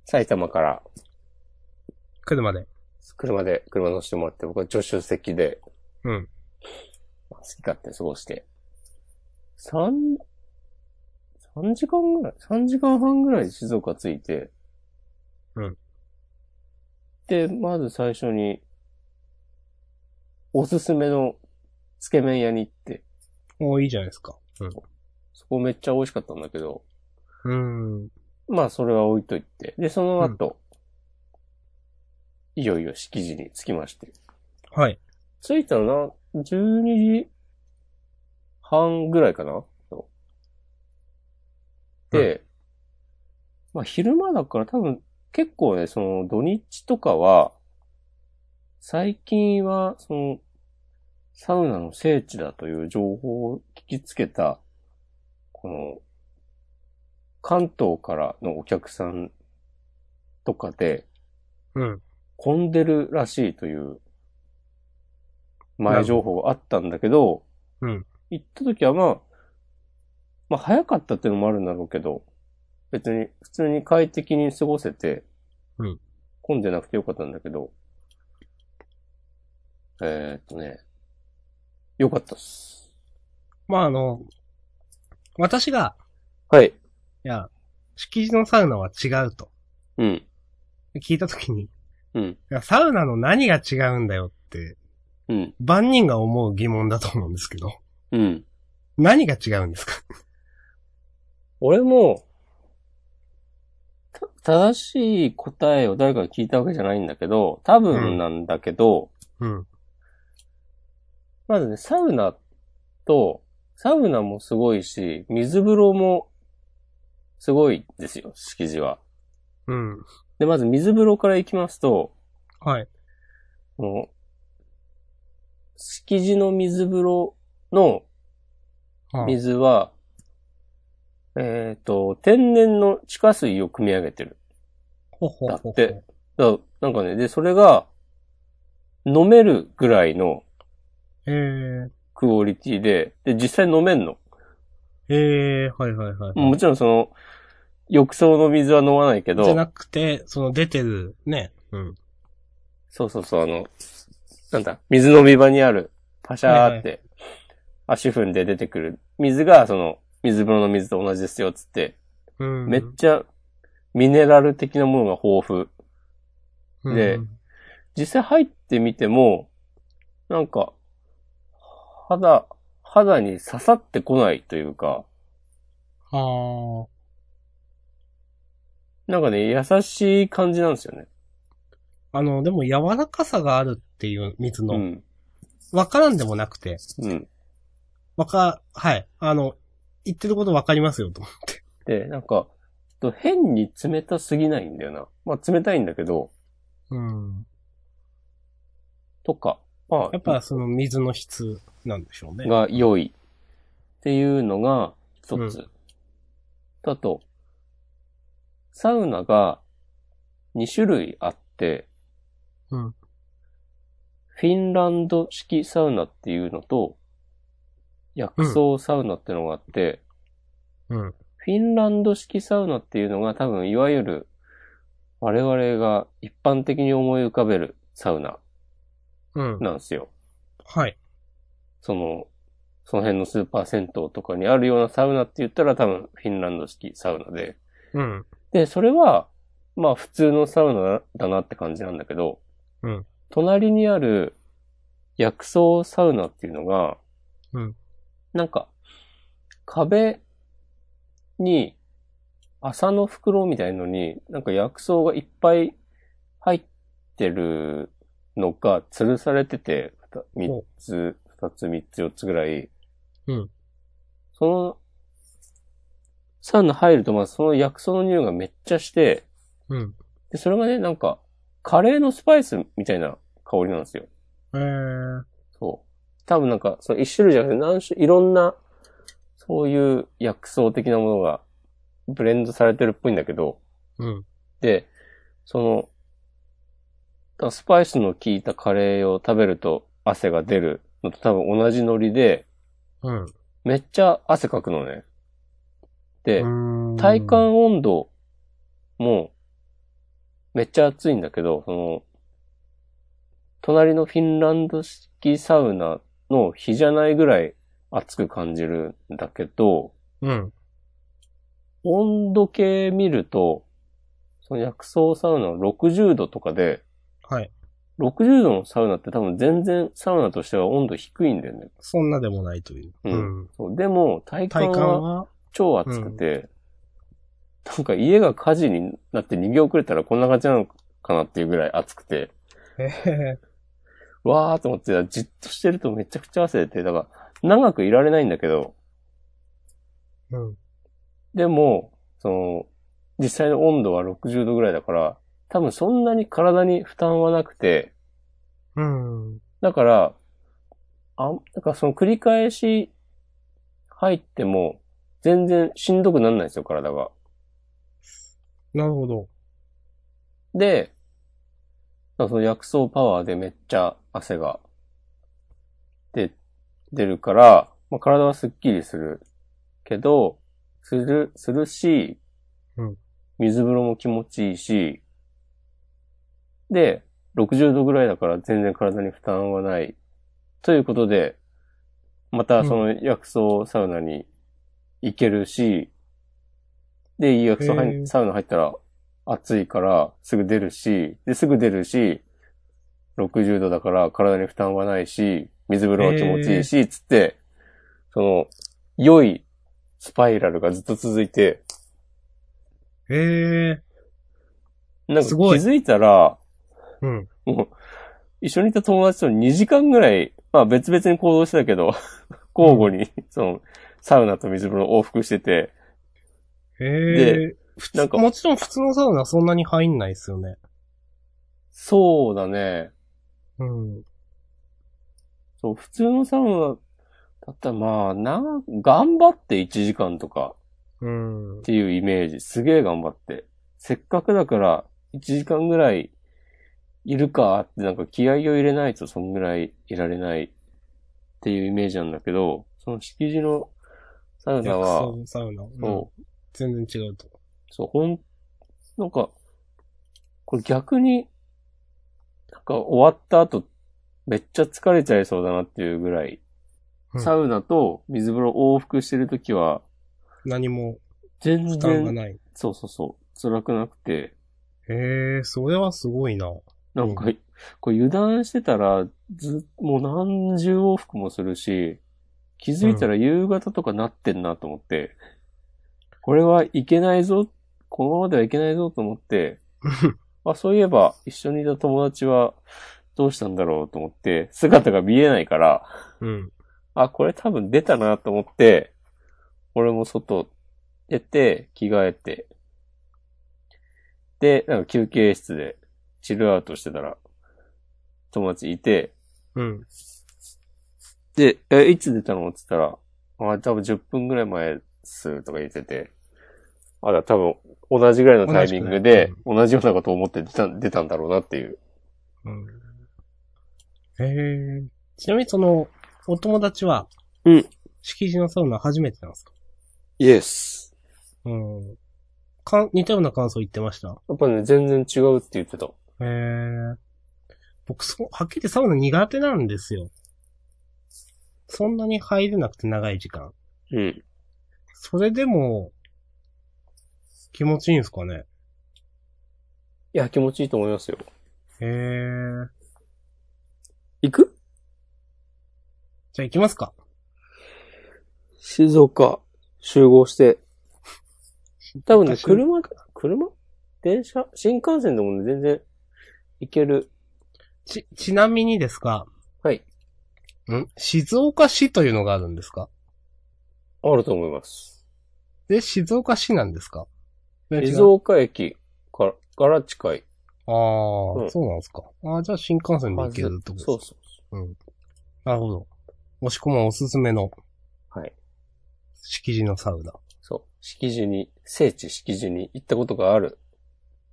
Speaker 1: 埼玉から
Speaker 2: 車で。
Speaker 1: 車で、車乗せてもらって、僕は助手席で、
Speaker 2: うん。
Speaker 1: 好き勝手過ごして、三、三時間ぐらい、三時間半ぐらいで静岡着いて、
Speaker 2: うん。
Speaker 1: で、まず最初に、おすすめのつけ麺屋に行って、
Speaker 2: おーいいじゃないですか。
Speaker 1: そこめっちゃ美味しかったんだけど、
Speaker 2: うん。うん。
Speaker 1: まあそれは置いといて、で、その後、いよいよ敷地に着きまして、
Speaker 2: はい。
Speaker 1: 着いたのな、12時半ぐらいかなそうで、まあ昼間だから多分結構ね、その土日とかは、最近は、その、サウナの聖地だという情報を聞きつけた、この、関東からのお客さんとかで
Speaker 2: うん。
Speaker 1: 混んでるらしいという、前情報があったんだけど、
Speaker 2: うん
Speaker 1: 行った時はまあ、まあ早かったっていうのもあるんだろうけど、別に普通に快適に過ごせて、
Speaker 2: うん
Speaker 1: 混んでなくてよかったんだけど、えーっとね、よかったっす。
Speaker 2: まあ、あの、私が、
Speaker 1: はい。
Speaker 2: いや、敷地のサウナは違うと。
Speaker 1: うん。
Speaker 2: 聞いたときに、
Speaker 1: うん。
Speaker 2: いや、サウナの何が違うんだよって、
Speaker 1: うん。
Speaker 2: 万人が思う疑問だと思うんですけど、
Speaker 1: うん。
Speaker 2: 何が違うんですか
Speaker 1: 俺も、た正しい答えを誰かが聞いたわけじゃないんだけど、多分なんだけど、
Speaker 2: うん。
Speaker 1: まずね、サウナと、サウナもすごいし、水風呂もすごいですよ、敷地は。
Speaker 2: うん。
Speaker 1: で、まず水風呂から行きますと、
Speaker 2: はい。
Speaker 1: この、敷地の水風呂の
Speaker 2: はあ
Speaker 1: 水は、えっ、と、天然の地下水を汲み上げてる。
Speaker 2: ほほ
Speaker 1: だ
Speaker 2: ほ
Speaker 1: っ
Speaker 2: ほ。
Speaker 1: てだなんかね、で、それが、飲めるぐらいの
Speaker 2: えー、
Speaker 1: クオリティで、で、実際飲めんの。
Speaker 2: えー、はいはいはい。
Speaker 1: もちろんその、浴槽の水は飲まないけど
Speaker 2: じゃ、なくて、その出てる、ね。うん。
Speaker 1: そうそうそう、あの、なんだ、水飲み場にある、パシャーって、足踏んで出てくる水が、その、水風呂の水と同じですよ、つって、
Speaker 2: うん。
Speaker 1: めっちゃ、ミネラル的なものが豊富。
Speaker 2: うん
Speaker 1: で実際入ってみても、なんか、肌、肌に刺さってこないというか、
Speaker 2: あー
Speaker 1: なんかね、優しい感じなんですよね。
Speaker 2: あの、でも柔らかさがあるっていう水
Speaker 1: う
Speaker 2: の、
Speaker 1: ん。
Speaker 2: わからんでもなくて、
Speaker 1: うん。
Speaker 2: わか、はい。あの、言ってることわかりますよ、と。
Speaker 1: で、なんか、ちょっと変に冷たすぎないんだよな。まあ冷たいんだけど、
Speaker 2: うん。
Speaker 1: とか、まあ、
Speaker 2: やっぱその水の質なんでしょうね。
Speaker 1: が良いっていうのが一つ。あと、サウナが2種類あって、
Speaker 2: うん
Speaker 1: フィンランド式サウナっていうのと、薬草サウナってのがあって、
Speaker 2: うん。
Speaker 1: フィンランド式サウナっていうのが多分いわゆる我々が一般的に思い浮かべるサウナ
Speaker 2: うん。
Speaker 1: なんですよ。
Speaker 2: はい。
Speaker 1: その、その辺のスーパー銭湯とかにあるようなサウナって言ったら多分フィンランド式サウナで。
Speaker 2: うん。
Speaker 1: で、それは、まあ普通のサウナだなって感じなんだけど、
Speaker 2: うん
Speaker 1: 隣にある薬草サウナっていうのが、
Speaker 2: うん
Speaker 1: なんか、壁に麻の袋みたいのに、なんか薬草がいっぱい入ってるのが吊るされてて、ふた三
Speaker 2: ほ
Speaker 1: つ、二つ三つ四つぐらい。
Speaker 2: うん
Speaker 1: その、サウナ入ると、まあその薬草の匂いがめっちゃして、
Speaker 2: うん。
Speaker 1: で、それがね、なんか、カレーのスパイスみたいな香りなんですよ。
Speaker 2: えー、
Speaker 1: そう。多分なんか、その一種類じゃなくて何種、いろんな、そういう薬草的なものが、ブレンドされてるっぽいんだけど、
Speaker 2: うん。
Speaker 1: で、その、だスパイスの効いたカレーを食べると汗が出るのと多分同じノリで、
Speaker 2: うん。
Speaker 1: めっちゃ汗かくのね。で、
Speaker 2: うーん
Speaker 1: 体感温度もめっちゃ暑いんだけど、その、隣のフィンランド式サウナの日じゃないぐらい暑く感じるんだけど、
Speaker 2: うん。
Speaker 1: 温度計見ると、その薬草サウナは60度とかで、
Speaker 2: はい。
Speaker 1: 60度のサウナって多分全然サウナとしては温度低いんだよね。
Speaker 2: そんなでもないという。
Speaker 1: うん。そうでも体
Speaker 2: 体
Speaker 1: 感は
Speaker 2: 感は、
Speaker 1: 超暑くて、なんか家が火事になって逃げ遅れたらこんな感じなのかなっていうぐらい暑くて、
Speaker 2: えー、
Speaker 1: わーと思ってたらじっとしてるとめちゃくちゃ汗出て、だから長くいられないんだけど、
Speaker 2: うん。
Speaker 1: でも、その、実際の温度は60度ぐらいだから、多分そんなに体に負担はなくて、
Speaker 2: うん。
Speaker 1: だから、あ、なんかその繰り返し入っても、全然しんどくならないんですよ、体が。
Speaker 2: なるほど。
Speaker 1: で、だからその薬草パワーでめっちゃ汗が出、出るから、まあ、体はスッキリするけど、する、するし、
Speaker 2: うん
Speaker 1: 水風呂も気持ちいいし、で、60度ぐらいだから全然体に負担はない。ということで、またその薬草サウナに行けるし、で、いい薬草入
Speaker 2: へー
Speaker 1: サウナ入ったら暑いからすぐ出るし、で、すぐ出るし、60度だから体に負担はないし、水風呂は気持ちいいし、つって、その、良いスパイラルがずっと続いて、
Speaker 2: ええ
Speaker 1: なんか気
Speaker 2: すごい
Speaker 1: づいたら、
Speaker 2: うん。
Speaker 1: もう、一緒にいた友達と2時間ぐらい、まあ別々に行動してたけど、 交互に、その、サウナと水風呂を往復してて、
Speaker 2: ええ
Speaker 1: で
Speaker 2: 普
Speaker 1: な
Speaker 2: 通
Speaker 1: んか
Speaker 2: もちろん普通のサウナはそんなに入んないですよね。
Speaker 1: そうだね。
Speaker 2: うん。
Speaker 1: そう、普通のサウナだったらまあ、な、頑張って1時間とか
Speaker 2: うん
Speaker 1: っ。ていうイメージ。すげえ頑張って。せっかくだから、1時間ぐらいいるかってなんか気合を入れないとそんぐらいいられないっていうイメージなんだけど、その敷地のサウナ
Speaker 2: 薬
Speaker 1: は、
Speaker 2: 草サウナ。うん
Speaker 1: そう、
Speaker 2: 全然違うと。
Speaker 1: そう、ほん、なんか、これ逆に、なんか終わった後、めっちゃ疲れちゃいそうだなっていうぐらい、
Speaker 2: うん
Speaker 1: サウナと水風呂往復してるときは、
Speaker 2: 何も
Speaker 1: 全
Speaker 2: 負担が
Speaker 1: 然、
Speaker 2: ない。
Speaker 1: そうそうそう、辛くなくて、
Speaker 2: ええそれはすごいな。
Speaker 1: なんか、これ油断してたら、ず、もう何十往復もするし、気づいたら夕方とかなってんなと思って、これはいけないぞ、このままではいけないぞと思って、あ、そういえば、一緒にいた友達は、どうしたんだろうと思って、姿が見えないから、
Speaker 2: うん。
Speaker 1: あ、これ多分出たなと思って、俺も外出て、着替えて、で、なんか休憩室で、チルアウトしてたら、友達いて、
Speaker 2: うん。
Speaker 1: で、え、いつ出たのって言ったら、あ、多分10分ぐらい前っす、とか言ってて、あ、だから多分、同じぐらいのタイミングで、同じようなことを思って出た、出たんだろうなっていう。
Speaker 2: うん。へえ。ちなみにその、お友達は、
Speaker 1: うん。
Speaker 2: 敷地のサウナ初めてなんですか
Speaker 1: イエス。
Speaker 2: うん。かん、似たような感想言ってました。
Speaker 1: やっぱね、全然違うって言ってた。
Speaker 2: へえ。僕、そう、はっきりサウナ苦手なんですよ。そんなに入れなくて長い時間。
Speaker 1: うん。
Speaker 2: それでも、気持ちいいんですかね。
Speaker 1: いや、気持ちいいと思いますよ。
Speaker 2: へえ。
Speaker 1: 行く
Speaker 2: じゃあ行きますか。
Speaker 1: 静岡、集合して。多分ね、
Speaker 2: 私の
Speaker 1: 車、車電車新幹線でもね、全然行ける。
Speaker 2: ち、ちなみにですが、
Speaker 1: はい。
Speaker 2: ん静岡市というのがあるんですか
Speaker 1: あると思います。
Speaker 2: で、静岡市なんですか
Speaker 1: 静岡駅から、から近い。
Speaker 2: ああ、
Speaker 1: うん
Speaker 2: そうなんですか。ああ、じゃあ新幹線で行けるってことです
Speaker 1: そう
Speaker 2: か
Speaker 1: そう
Speaker 2: なるほど。押し込まおすすめの
Speaker 1: そう。はい。
Speaker 2: 敷地のサウナ。
Speaker 1: そう。敷地に、聖地敷地に行ったことがある、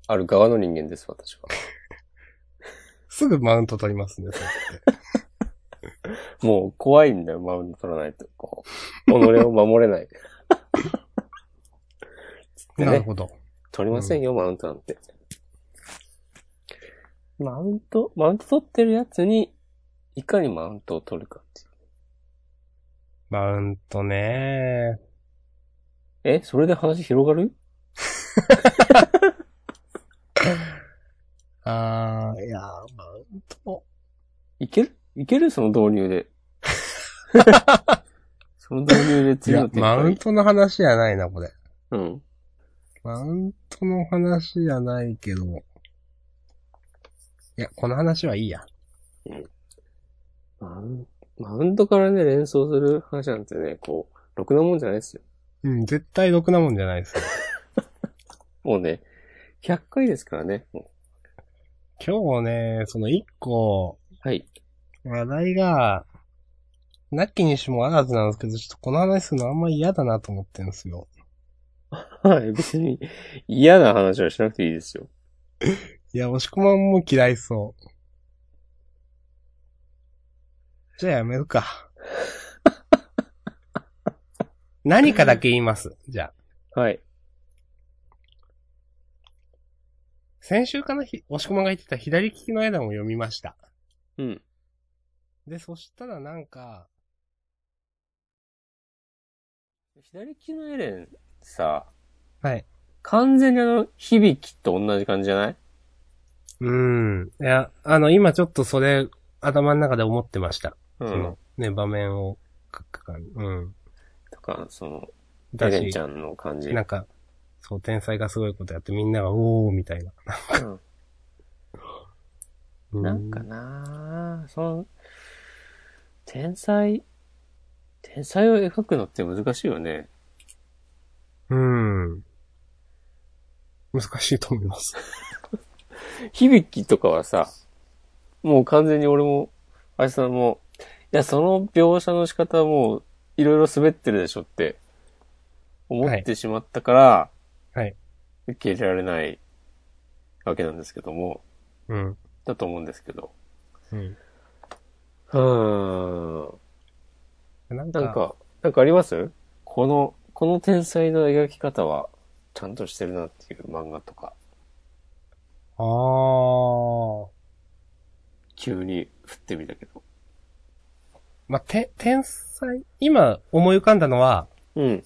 Speaker 1: ある側の人間です、私は。
Speaker 2: すぐマウント取りますね、そうやって
Speaker 1: もう怖いんだよ、マウント取らないと。こう、己を守れない。つ って
Speaker 2: なる
Speaker 1: ね。
Speaker 2: ほど。
Speaker 1: 取りませんよ、マウントなんて。マウント、マウント取ってるやつに、いかにマウントを取るかっていう。
Speaker 2: マウントね
Speaker 1: え、それで話広がる
Speaker 2: ああ、いやー、マウント。
Speaker 1: いけるいけるその導入 で。その導入で
Speaker 2: い
Speaker 1: 次
Speaker 2: や
Speaker 1: の、展開
Speaker 2: マウントの話じゃないな、これ。
Speaker 1: うん。
Speaker 2: マウントの話じゃないけど。いや、この話はいいや。
Speaker 1: マウンマウントからね、連想する話なんてね、こう、ろくなもんじゃないですよ。
Speaker 2: うん、絶対ろくなもんじゃないですよ。
Speaker 1: もうね、100回ですからね。も
Speaker 2: 今日ね、その一個、
Speaker 1: はい。
Speaker 2: 話題が、なきにしもあらずなんですけど、ちょっとこの話するのあんま嫌だなと思ってるんですよ。
Speaker 1: はい、別に嫌な話はしなくていいですよ。
Speaker 2: いや、押し込まんも嫌いそう。じゃあやめるか。 何かだけ言います。じゃあ。
Speaker 1: はい。
Speaker 2: 先週かな、ひ押し込まんが言ってた左利きの絵談を読みました。
Speaker 1: うん。
Speaker 2: で、そしたらなんか、
Speaker 1: 左利きのエレンさ、
Speaker 2: はい。
Speaker 1: 完全にあの、響きと同じ感じじゃないう
Speaker 2: ーん。いや、あの、今ちょっとそれ、頭の中で思ってました。
Speaker 1: う
Speaker 2: その。ね、場面を書く感じ。うん。
Speaker 1: とか、その、エ
Speaker 2: だ
Speaker 1: レン
Speaker 2: し
Speaker 1: ち、ゃんの感じ。
Speaker 2: なんか、そう、天才がすごいことやってみんなが、おー、みたいな。
Speaker 1: うんなんかなぁ、その、天才、天才を描くのって難しいよね。
Speaker 2: うん。難しいと思います。
Speaker 1: 響きとかはさ、もう完全に俺も、あいさんも、いや、その描写の仕方はもう、いろいろ滑ってるでしょって、思ってしまったから、
Speaker 2: はい
Speaker 1: 受け入れられないわけなんですけども、
Speaker 2: うん。
Speaker 1: だと思うんですけど。
Speaker 2: うん。
Speaker 1: うーん。
Speaker 2: なんか、
Speaker 1: なんか、なんかありますこの、この天才の描き方は、ちゃんとしてるなっていう漫画とか、
Speaker 2: あー。
Speaker 1: 急に振ってみたけど。
Speaker 2: まあ、て、天才、今思い浮かんだのは、
Speaker 1: うん、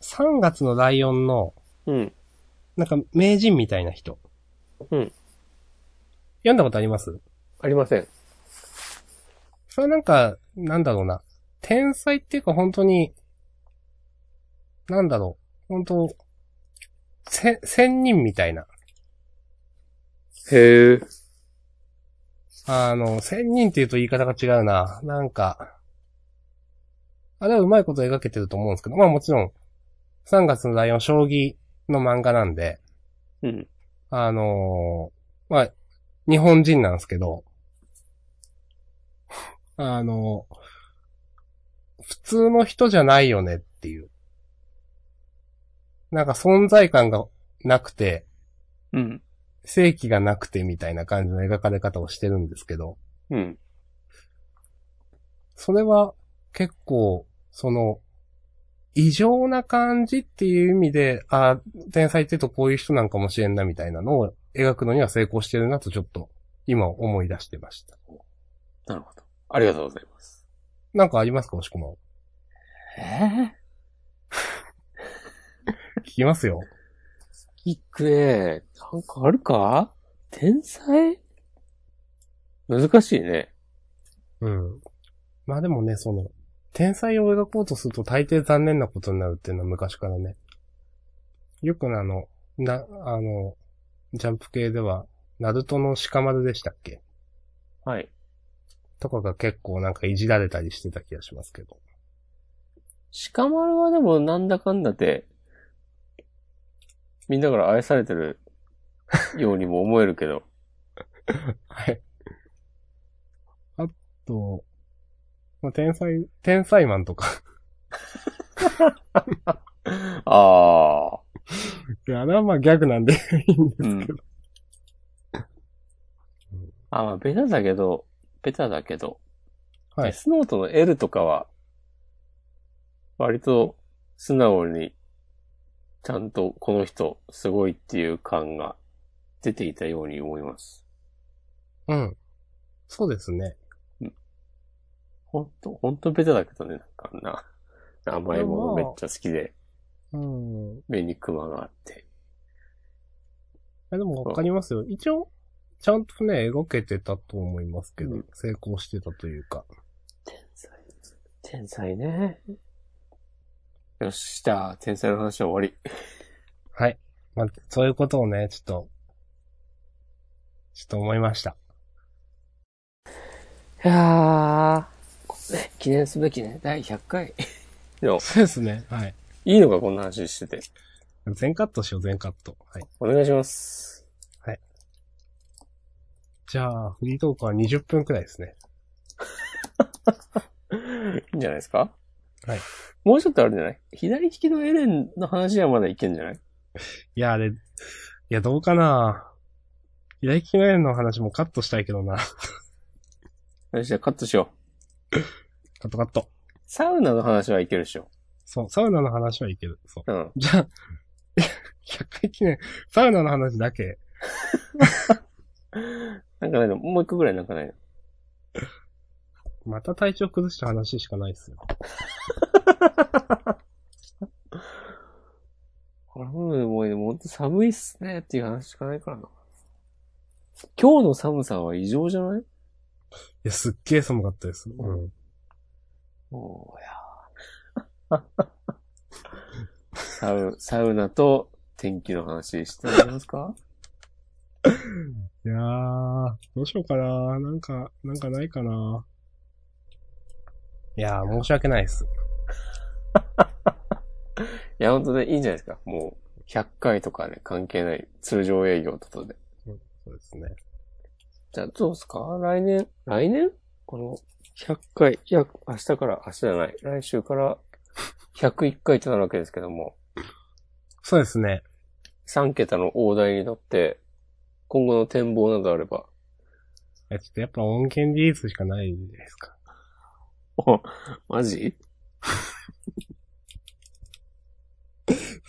Speaker 2: 3月のライオンの、
Speaker 1: うん。
Speaker 2: なんか名人みたいな人。
Speaker 1: うん。
Speaker 2: 読んだことあります
Speaker 1: ありません。
Speaker 2: それはなんか、なんだろうな。天才っていうか本当に、なんだろう。本当、せ、仙人みたいな。
Speaker 1: へえ。
Speaker 2: あの、仙人っていうと言い方が違うな。なんか、あれはうまいこと描けてると思うんですけど、まあもちろん、3月のライオン将棋の漫画なんで、
Speaker 1: うん。
Speaker 2: あのーまあ、日本人なんですけど、あのー普通の人じゃないよねっていう。なんか存在感がなくて、
Speaker 1: うん。
Speaker 2: 正気がなくてみたいな感じの描かれ方をしてるんですけど、
Speaker 1: うん。
Speaker 2: それは結構、その、異常な感じっていう意味で、あー天才って言うとこういう人なんかもしれんなみたいなのを描くのには成功してるなとちょっと今思い出してました。
Speaker 1: なるほど。ありがとうございます。
Speaker 2: なんかありますか押し込まん。
Speaker 1: え
Speaker 2: 聞きますよ。
Speaker 1: えいくねなんかあるか天才難しいね。
Speaker 2: うん。まあでもね、その、天才を描こうとすると大抵残念なことになるっていうのは昔からね。よくねあの、な、あの、ジャンプ系では、ナルトの鹿丸でしたっけ
Speaker 1: はい。
Speaker 2: とかが結構なんかいじられたりしてた気がしますけど。
Speaker 1: 鹿丸はでもなんだかんだで、みんなから愛されてるようにも思えるけど。
Speaker 2: はい。あと、まあ、天才、天才マンとか。
Speaker 1: ああ。
Speaker 2: いや、あれはまあギャグなんでいいんですけど。
Speaker 1: あ、まあ、ベタだけど、ベタだけど。
Speaker 2: はい
Speaker 1: デスノートの L とかは、割と素直に、ちゃんとこの人、すごいっていう感が出ていたように思います。
Speaker 2: うん。そうですね。
Speaker 1: ほんと、ほんとベタだけどね、なんかあんな、甘いものめっちゃ好きで、
Speaker 2: うん。
Speaker 1: 目にクマがあって。
Speaker 2: いやでもわかりますよ。一応、ちゃんとね、描けてたと思いますけど、
Speaker 1: うん
Speaker 2: 成功してたというか。
Speaker 1: 天才。天才ね。よし、じゃあ、天才の話は終わり。
Speaker 2: はい。まあ、そういうことをね、ちょっと、ちょっと思いました。
Speaker 1: いやー、ね、記念すべきね、第100回。の
Speaker 2: そうですね。はい。
Speaker 1: いいのか、こんな話してて。
Speaker 2: 全カットしよう、全カット。はい。
Speaker 1: お願いします。
Speaker 2: じゃあ、フリートークは20分くらいですね。
Speaker 1: いいんじゃないですか
Speaker 2: はい。
Speaker 1: もうちょっとあるんじゃない左利きのエレンの話はまだいけんじゃない
Speaker 2: いや、あれ、いや、どうかな左利きのエレンの話もカットしたいけどな。
Speaker 1: よし、じゃあカットしよ
Speaker 2: カットカット。
Speaker 1: う。サウナの話はいけるでしょ。
Speaker 2: そう、サウナの話はいける。そう。
Speaker 1: うん。
Speaker 2: じゃあ、100回記念、サウナの話だけ。
Speaker 1: なんかないのもう一個ぐらいなんかないの
Speaker 2: また体調崩した話しかないっすよ。
Speaker 1: これもうもうほんと寒いっすねっていう話しかないからな。今日の寒さは異常じゃない
Speaker 2: いや、すっげえ寒かったです。うん。
Speaker 1: もうやー。 サウ、サウナと天気の話してありますか
Speaker 2: いやー、どうしようかななんか、なんかないかないやー、申し訳ないです。
Speaker 1: いや、ほんとね、いいんじゃないですか。もう、100回とかね、関係ない。通常営業とかで。
Speaker 2: そうですね。
Speaker 1: じゃあ、どうすか来年、来年この、100回、いや、明日から、明日じゃない、来週から、101回となるわけですけども、
Speaker 2: そうですね。
Speaker 1: 3桁の大台になって、今後の展望などあれば、
Speaker 2: いやちょっとやっぱ音源リリースしかないんですか。
Speaker 1: お、マジ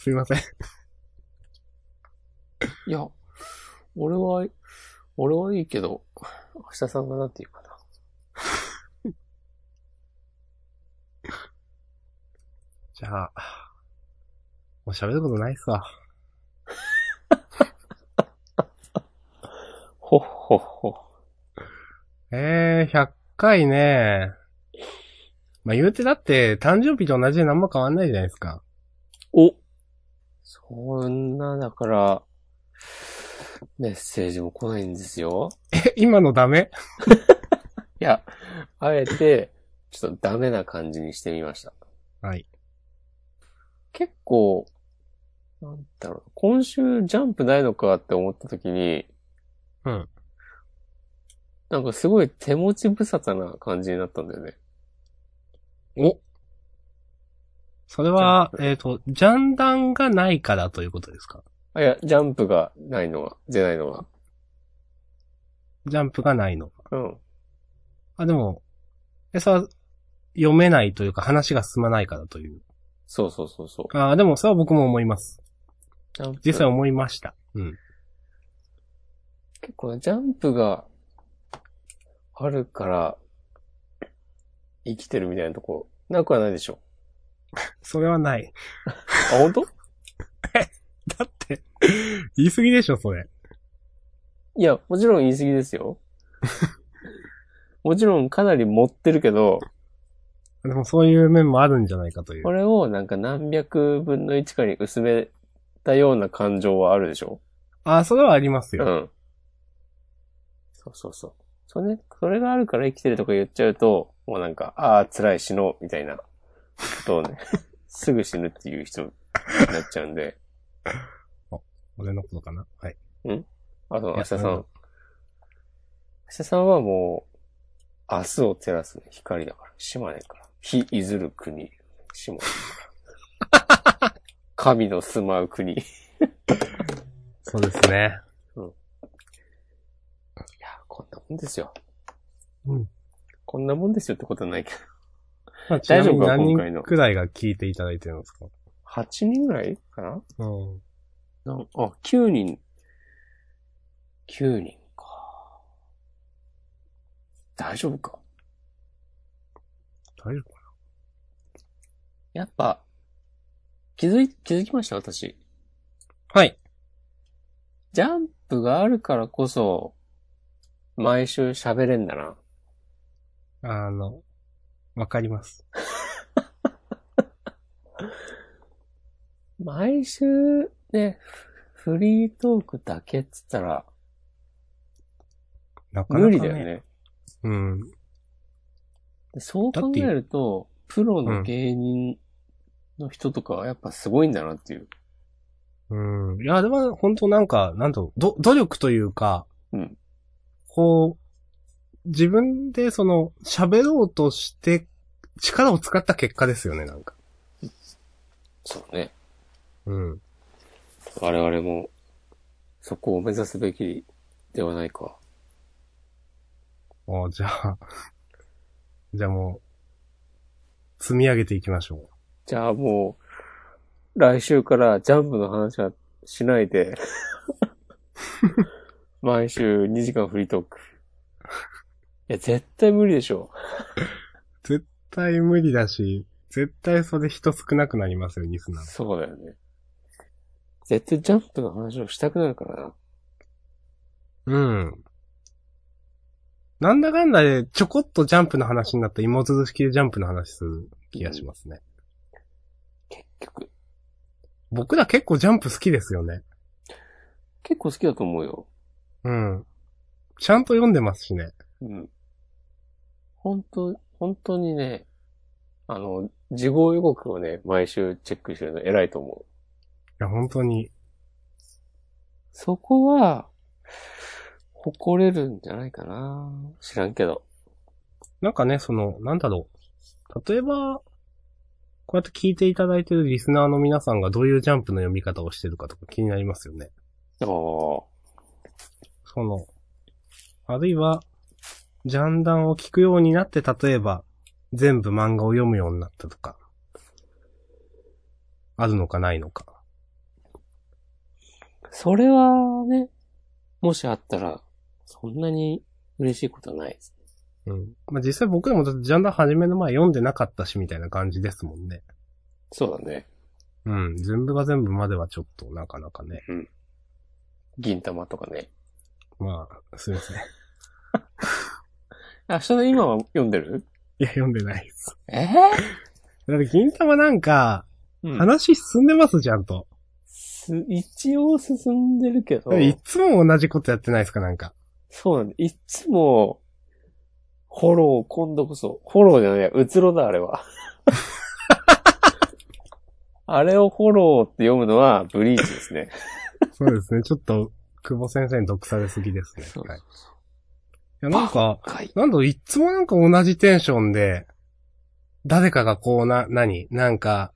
Speaker 2: すいません。
Speaker 1: いや、俺は、俺はいいけど、明日さんがなんて言うかな。
Speaker 2: じゃあ、もう喋ることないっすわ。
Speaker 1: ほっほっほ。
Speaker 2: えー、100回ねまあ言うてだって、誕生日と同じで何も変わんないじゃないですか。
Speaker 1: おそんな、だから、メッセージも来ないんですよ。
Speaker 2: え、今のダメ
Speaker 1: いや、あえて、ちょっとダメな感じにしてみました。
Speaker 2: はい。
Speaker 1: 結構、なんだろう、今週ジャンプないのかって思った時に、
Speaker 2: うん。
Speaker 1: なんかすごい手持ち無沙汰な感じになったんだよね。
Speaker 2: おそれは、えっ、と、ジャンダンがないからということですか
Speaker 1: あ、いや、ジャンプがないのが、出ないのが。
Speaker 2: ジャンプがないの。
Speaker 1: うん。
Speaker 2: あ、でも、え、それは、読めないというか話が進まないからという。
Speaker 1: そうそうそうそう。
Speaker 2: ああ、でもそれは僕も思います。
Speaker 1: ジャンプ
Speaker 2: 実際思いました。うん。
Speaker 1: 結構ね、ジャンプがあるから、生きてるみたいなとこ、なくはないでしょ。
Speaker 2: それはない。
Speaker 1: あ、本当？
Speaker 2: だって、言い過ぎでしょ、それ。
Speaker 1: いや、もちろん言い過ぎです よ。もちろんかなり持ってるけど、
Speaker 2: でもそういう面もあるんじゃないかという
Speaker 1: こ。れをなんか何百分の1かに薄めたような感情はあるでしょ
Speaker 2: あ、それはあります
Speaker 1: う
Speaker 2: よ。
Speaker 1: ん。そうそうそう。それね、それがあるから生きてるとか言っちゃうと、もうなんか、ああ、辛い死のう、みたいなことをね、 すぐ死ぬっていう人になっちゃうんで、
Speaker 2: 俺のことかな。はい。
Speaker 1: あと、明日さん。
Speaker 2: いやうん
Speaker 1: 明日さんはもう、明日を照らす、ね、光だから、島根から。日いずる国、島根から。神の住まう国。
Speaker 2: そうですね。
Speaker 1: いや、こんなもんですよ。
Speaker 2: うん。
Speaker 1: こんなもんですよってことはないけど。
Speaker 2: まあ、ちな
Speaker 1: 大
Speaker 2: みに
Speaker 1: 丈夫か
Speaker 2: 何
Speaker 1: 今回の
Speaker 2: 人くらいが聞いていただいてるんですか
Speaker 1: 8人ぐらいかな
Speaker 2: うん。
Speaker 1: なんあ、9人。9人か。大丈夫か
Speaker 2: 大丈夫か
Speaker 1: やっぱ、気づい、気づきました私。
Speaker 2: なはい。
Speaker 1: ジャンプがあるからこそ、毎週喋れんだな。
Speaker 2: あの、わかります。
Speaker 1: 毎週ね、フリートークだけっつったら、
Speaker 2: なかなか、
Speaker 1: 無理だよね。。
Speaker 2: うん。
Speaker 1: でそう
Speaker 2: だっ
Speaker 1: 考
Speaker 2: て
Speaker 1: えると、プロの芸人の人とかはやっぱすごいんだなっていう。
Speaker 2: うん。いや、でも本当なんか、なんと、ど、努力というか、
Speaker 1: うん。
Speaker 2: こう、自分でその、喋ろうとして、力を使った結果ですよね、なんか。
Speaker 1: そうね。
Speaker 2: うん。
Speaker 1: 我々も、そこを目指すべきではないか。
Speaker 2: ああ、じゃあ、 じゃあもう、積み上げていきましょう。
Speaker 1: じゃあもう、来週からジャンプの話はしないで、毎週2時間フリートーク。いや、絶対無理でしょ
Speaker 2: 絶対無理だし、絶対それ人少なくなりますよ、リスナー。
Speaker 1: そうだよね。絶対ジャンプの話をしたくなるからな。
Speaker 2: うん。なんだかんだで、ちょこっとジャンプの話になった芋づる式でジャンプの話する気がしますね。
Speaker 1: 結局、
Speaker 2: 僕ら結構ジャンプ好きですよね。
Speaker 1: 結構好きだと思うよ。
Speaker 2: うん。ちゃんと読んでますしね。
Speaker 1: うん。本当、本当にね、あの、事後予告をね、毎週チェックしてるの偉いと思う。
Speaker 2: いや、本当に。
Speaker 1: そこは、誇れるんじゃないかな。知らんけど。
Speaker 2: なんかね、その、なんだろう。例えば、こうやって聞いていただいてるリスナーの皆さんがどういうジャンプの読み方をしてるかとか気になりますよね。
Speaker 1: お
Speaker 2: その、あるいは、ジャンダンを聞くようになって、例えば、全部漫画を読むようになったとか、あるのかないのか。
Speaker 1: それはね、もしあったら、そんなに嬉しいことはないです。
Speaker 2: うん。まあ、実際僕らもだってジャンダン始める前読んでなかったし、みたいな感じですもんね。
Speaker 1: そうだね。
Speaker 2: うん。全部が全部まではちょっと、なかなかね。
Speaker 1: 銀玉とかね。
Speaker 2: まあ、すい ません。い
Speaker 1: 明日の今は読んでる
Speaker 2: や、読んでないです。
Speaker 1: え
Speaker 2: だって、銀玉なんか、
Speaker 1: ぇ、うん、
Speaker 2: 話進んでます、ちゃんと。
Speaker 1: す一応進んでるけど、
Speaker 2: いつも同じことやってないですか、なんか。
Speaker 1: そうなんだ。いつも、フォロー、今度こそ、フォローじゃないや、うつろだ、あれ は。あれをフォローって読むのは、ブリーチですね。
Speaker 2: そうですね。ちょっと、久保先生に毒されすぎですね。
Speaker 1: そう
Speaker 2: はい。いや、なんか、
Speaker 1: はい。
Speaker 2: なんだろう、いっつもなんか同じテンションで、誰かがこうな、なに、なんか、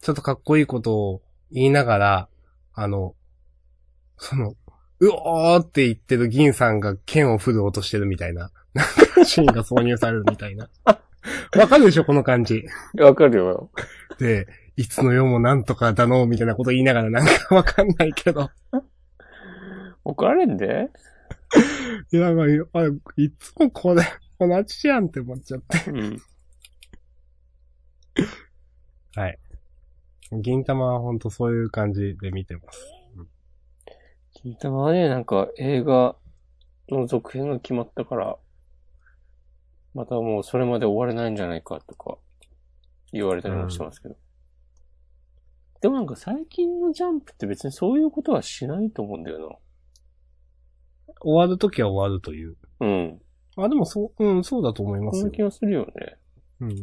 Speaker 2: ちょっとかっこいいことを言いながら、あの、その、うおーって言ってる銀さんが剣を振る音してるみたいな、なんかシーンが挿入されるみたいな。 わかるでしょ、この感じ。
Speaker 1: わかるよ。
Speaker 2: で、いつの世もなんとかだの、みたいなこと言いながらなんかわかんないけど。
Speaker 1: 怒られんで
Speaker 2: いや、まあ、いあいつもこれ、 同じじゃんって思っちゃって。
Speaker 1: うん。
Speaker 2: 銀玉はほんとそういう感じで見てます。
Speaker 1: 金玉はね、なんか映画の続編が決まったから、またもうそれまで終われないんじゃないかとか言われたりもしてますけど。でもなんか最近のジャンプって別にそういうことはしないと思うんだよ
Speaker 2: 終わるときは終わるという。
Speaker 1: な。うん。
Speaker 2: あ、でもそう、うん、そうだと思いま
Speaker 1: そん
Speaker 2: す
Speaker 1: な
Speaker 2: よ。
Speaker 1: 気がするよね。
Speaker 2: うん。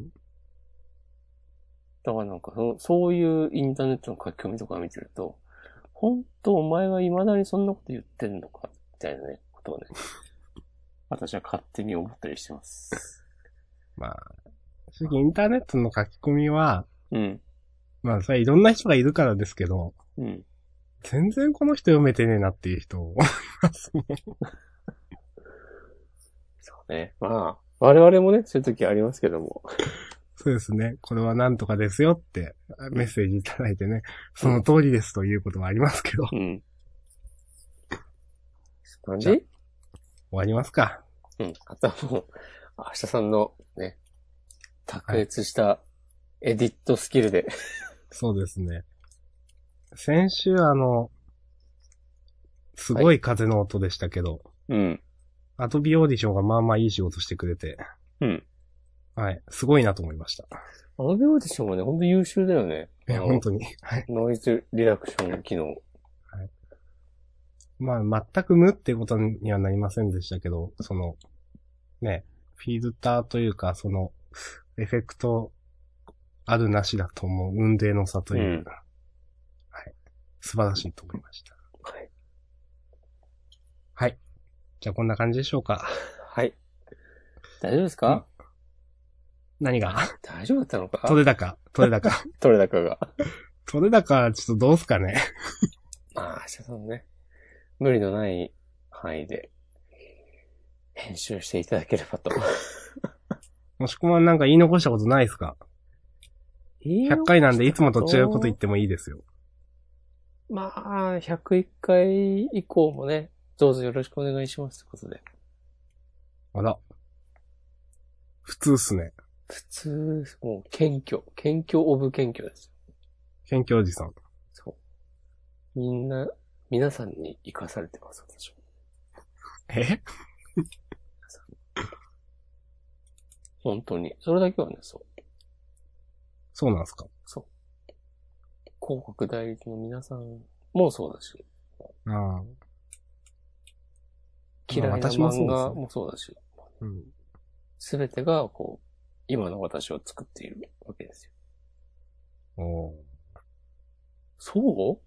Speaker 1: だからなんかそ、そういうインターネットの書き込みとか見てると、本当お前は未だにそんなこと言ってんのか、みたいなね、ことをね、私は勝手に思ったりしてます。
Speaker 2: まあ、正直インターネットの書き込みは、
Speaker 1: うん。
Speaker 2: まあ、それはいろんな人がいるからですけど、
Speaker 1: うん。
Speaker 2: 全然この人読めてねえなっていう人いますね。
Speaker 1: そうね。まあ、我々もね、そういう時ありますけども。
Speaker 2: そうですね。これはなんとかですよってメッセージいただいてね、その通りですということはありますけど、終
Speaker 1: うん。感
Speaker 2: じゃ
Speaker 1: じ
Speaker 2: わりますか。
Speaker 1: うん。あとはもう、明日さんのね、卓越したエディットスキルで。
Speaker 2: そうですね。先週あの、すごい風の音でしたけど、
Speaker 1: うん。
Speaker 2: アトビオーディションがまあまあいい仕事してくれて、
Speaker 1: うん。
Speaker 2: はい、すごいなと思いました。
Speaker 1: あのオーディションもね、ほんと優秀だよね。
Speaker 2: いや、
Speaker 1: あの
Speaker 2: 本当に。はい。
Speaker 1: ノイズリダクション機能。
Speaker 2: まあ、全く無っていうことにはなりませんでしたけど、その、ね、フィルターというか、その、エフェクト、あるなしだと思う、運命の差という、
Speaker 1: うん
Speaker 2: はい。素晴らしいと思いました。
Speaker 1: はい。
Speaker 2: はい。じゃあこんな感じでしょうか。
Speaker 1: はい。大丈夫ですか、
Speaker 2: 何が
Speaker 1: 大丈夫だったのか
Speaker 2: 取れ高、取れ高。
Speaker 1: 取れ高が。
Speaker 2: 取れ高、ちょっとどうすかね。
Speaker 1: まあ、そうね。無理のない範囲で、編集していただければ と。
Speaker 2: もしくはなんか言い残したことないですか ?100 回なんでいつもと違うこと言ってもいいですよ。
Speaker 1: まあ、101回以降もね、どうぞよろしくお願いしますということで。
Speaker 2: あら。普通っすね。
Speaker 1: 普通、もう謙虚。謙虚オブ謙虚です。
Speaker 2: 謙虚おじさん。
Speaker 1: そう。みんな、皆さんに生かされてます、私は。
Speaker 2: え
Speaker 1: 本当に。それだけはね、そう。
Speaker 2: そうなんですか
Speaker 1: 広告代理の皆さんもそうだし、
Speaker 2: ああ。
Speaker 1: 嫌いな
Speaker 2: 私もそ
Speaker 1: 漫
Speaker 2: うですね
Speaker 1: 画もそうだし、
Speaker 2: うん。
Speaker 1: すべてが、こう、今の私を作っているわけですよ。
Speaker 2: おー
Speaker 1: そう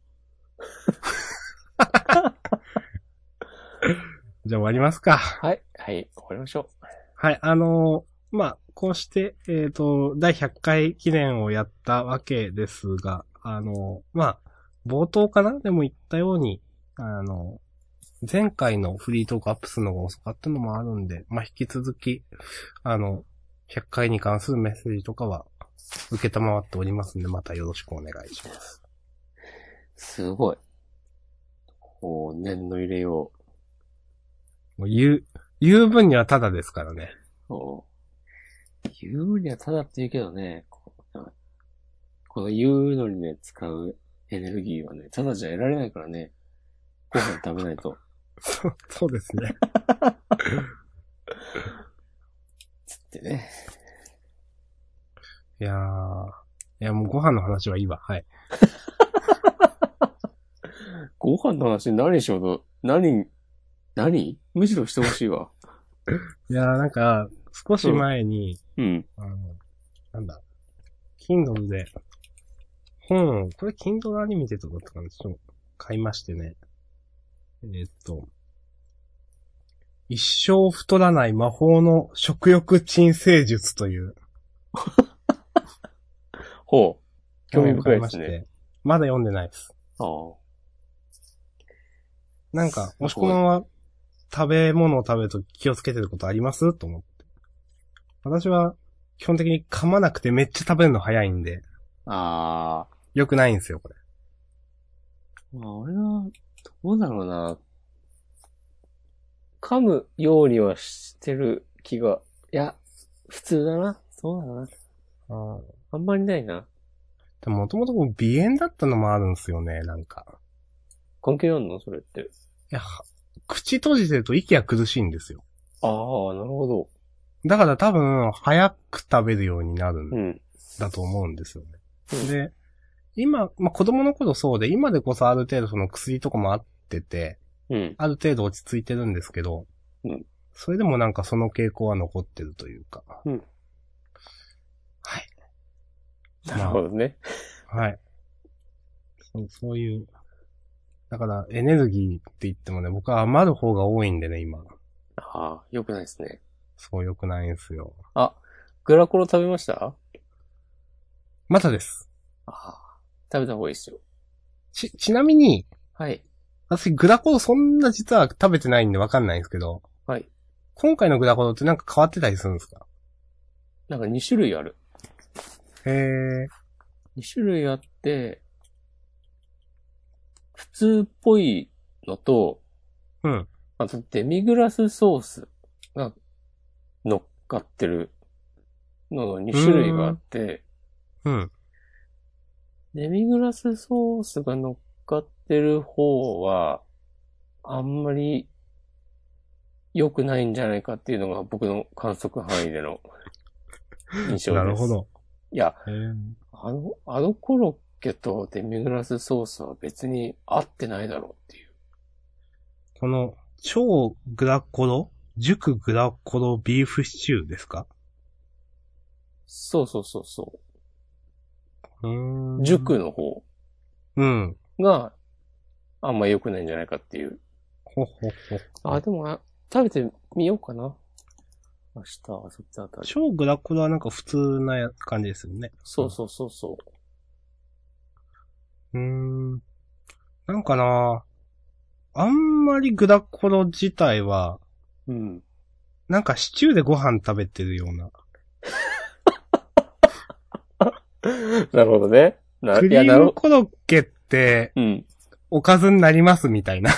Speaker 2: じゃあ終わりますか。
Speaker 1: はい。はい。終わりましょう。
Speaker 2: はい、あのーまあ、こうして、えっ、と、第100回記念をやったわけですが、あのーまあ、冒頭かなでも言ったように、あのー前回のフリートークアップするのが遅かったのもあるんで、まあ、引き続き、あの、100回に関するメッセージとかは、受けたまわっておりますんで、またよろしくお願いします。
Speaker 1: すごい。こう、念の入れよう
Speaker 2: もう言う、言う分にはただですからね。
Speaker 1: こう。言うにはただって言うけどね、こうこの言うのにね、使うエネルギーはね、ただじゃ得られないからね。ご飯食べないと。
Speaker 2: そう、そうですね。
Speaker 1: つってね。
Speaker 2: いやー。いや、もうご飯の話はいいわ。はい。
Speaker 1: ご飯の話何しようと、何、何むしろしてほしいわ。
Speaker 2: いやーなんか、少し前に、
Speaker 1: うん。
Speaker 2: あの、なんだ、Kindle で、本を、これ Kindle アニメテッドだったかなちょっと買いましてね。えーっと、一生太らない魔法の食欲鎮静術という、
Speaker 1: ほう。興味深い
Speaker 2: 本を買ま
Speaker 1: で
Speaker 2: し
Speaker 1: す
Speaker 2: て
Speaker 1: ね。
Speaker 2: まだ読んでないです。
Speaker 1: ああ。
Speaker 2: なんか、もしこまんは、食べ物を食べると気をつけてることありますと思って。私は、基本的に噛まなくてめっちゃ食べるの早いんで、
Speaker 1: ああ。
Speaker 2: 良くないんですよ、これ。
Speaker 1: まあ、俺は、どうだろうな。噛むようにはしてる気が、いや、普通だな。そうだな。あんまりないな。
Speaker 2: でもともとこう鼻炎だったのもあるんですよね、なんか。
Speaker 1: 関係あんのそれって。
Speaker 2: いや、は口閉じてると息が苦しいんですよ。
Speaker 1: ああ、なるほど。
Speaker 2: だから多分、早く食べるようになるん
Speaker 1: うん。
Speaker 2: だと思うんですよね。で、今、まあ、子供の頃そうで、今でこそある程度その薬とかもあってて、
Speaker 1: うん。
Speaker 2: ある程度落ち着いてるんですけど、
Speaker 1: うん
Speaker 2: それでもなんかその傾向は残ってるというか。
Speaker 1: うん
Speaker 2: はい。
Speaker 1: なるほどね。
Speaker 2: はい。そう、そういう。だから、エネルギーって言ってもね、僕は余る方が多いんでね、今。
Speaker 1: ああ、よくないですね。
Speaker 2: そう良くないんですよ。
Speaker 1: あ、グラコロ食べました
Speaker 2: またです。
Speaker 1: ああ、食べた方がいいですよ。
Speaker 2: ち、ちなみに、
Speaker 1: はい。
Speaker 2: 私、グラコロそんな実は食べてないんでわかんないんですけど、
Speaker 1: はい。
Speaker 2: 今回のグラコロってなんか変わってたりするんですか
Speaker 1: なんか2種類ある。
Speaker 2: へえ。
Speaker 1: 2種類あって、普通っぽいのと、
Speaker 2: うん。
Speaker 1: あとデミグラスソースが乗っかってるのの2種類があって、
Speaker 2: うん。
Speaker 1: デミグラスソースが乗っかってる方は、あんまり良くないんじゃないかっていうのが僕の観測範囲で の印象です。
Speaker 2: なるほ。ど。
Speaker 1: いや、
Speaker 2: へー
Speaker 1: あの、あのコロッケとデミグラスソースは別に合ってないだろうっていう。
Speaker 2: この、超グラコロ熟グラコロビーフシチューですか
Speaker 1: そうそうそうそうう。
Speaker 2: ーん。
Speaker 1: 塾の方
Speaker 2: うん。
Speaker 1: があんま良くないんじゃないかっていう。
Speaker 2: ほほほ。
Speaker 1: あ、でもあ、食べてみようかな。明日、明後日あたり。
Speaker 2: 超グラコロはなんか普通なや感じですよね。
Speaker 1: そうそうそうそう
Speaker 2: ーん。なんかなあんまりグラコロ自体は、
Speaker 1: う。うん。
Speaker 2: なんかシチューでご飯食べてるような。
Speaker 1: なるほどね。な、
Speaker 2: ク
Speaker 1: い
Speaker 2: リ
Speaker 1: や、な
Speaker 2: ー
Speaker 1: る
Speaker 2: ム、コロッケって、
Speaker 1: うん。
Speaker 2: おかずになりますみたいな。
Speaker 1: い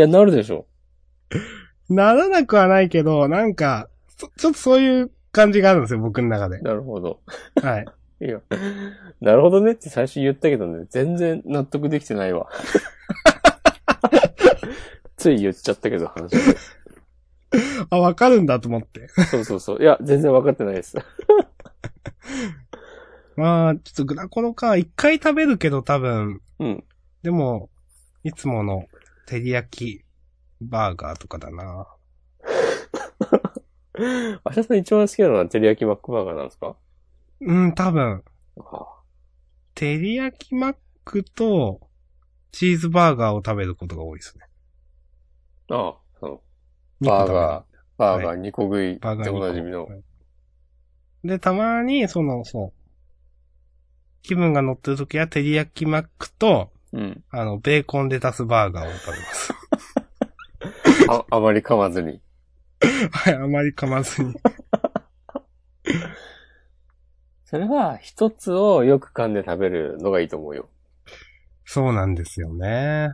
Speaker 1: や、なるでしょ。
Speaker 2: ならなくはないけど、なんか、ちょちょっとそういう感じがあるんですよ、僕の 中で。
Speaker 1: なるほど。
Speaker 2: はい。
Speaker 1: いや、 なるほどねって最初言ったけどね、全然納得できてないわ。 つい言っちゃったけど、話で。
Speaker 2: あ、わかるんだと思って。
Speaker 1: そうそうそう。いや、全然分かってないです。
Speaker 2: まあ、ちょっとグラコロか、一回食べるけど多分、
Speaker 1: うん。
Speaker 2: でも、いつもの、照り焼き、バーガーとかだな。
Speaker 1: あしさん一番好きなのは照り焼きマックバーガーなんですか
Speaker 2: うん、多分、
Speaker 1: あ
Speaker 2: 照り焼きマックと、チーズバーガーを食べることが多いですね。
Speaker 1: ああ、その、バーガー、バーガ
Speaker 2: は
Speaker 1: ー2個食い
Speaker 2: ーバーガ
Speaker 1: で
Speaker 2: ー
Speaker 1: お
Speaker 2: に
Speaker 1: なじみの。。
Speaker 2: で、たまに、その、そう。気分が乗ってる時は、照り焼きマックと、
Speaker 1: うん。
Speaker 2: あの、ベーコンレタスバーガーを食べます。
Speaker 1: あ、あまり噛まずに。
Speaker 2: はい、あまり噛まずに。
Speaker 1: それは一つをよく噛んで食べるのがいいと思うよ。
Speaker 2: そうなんですよね。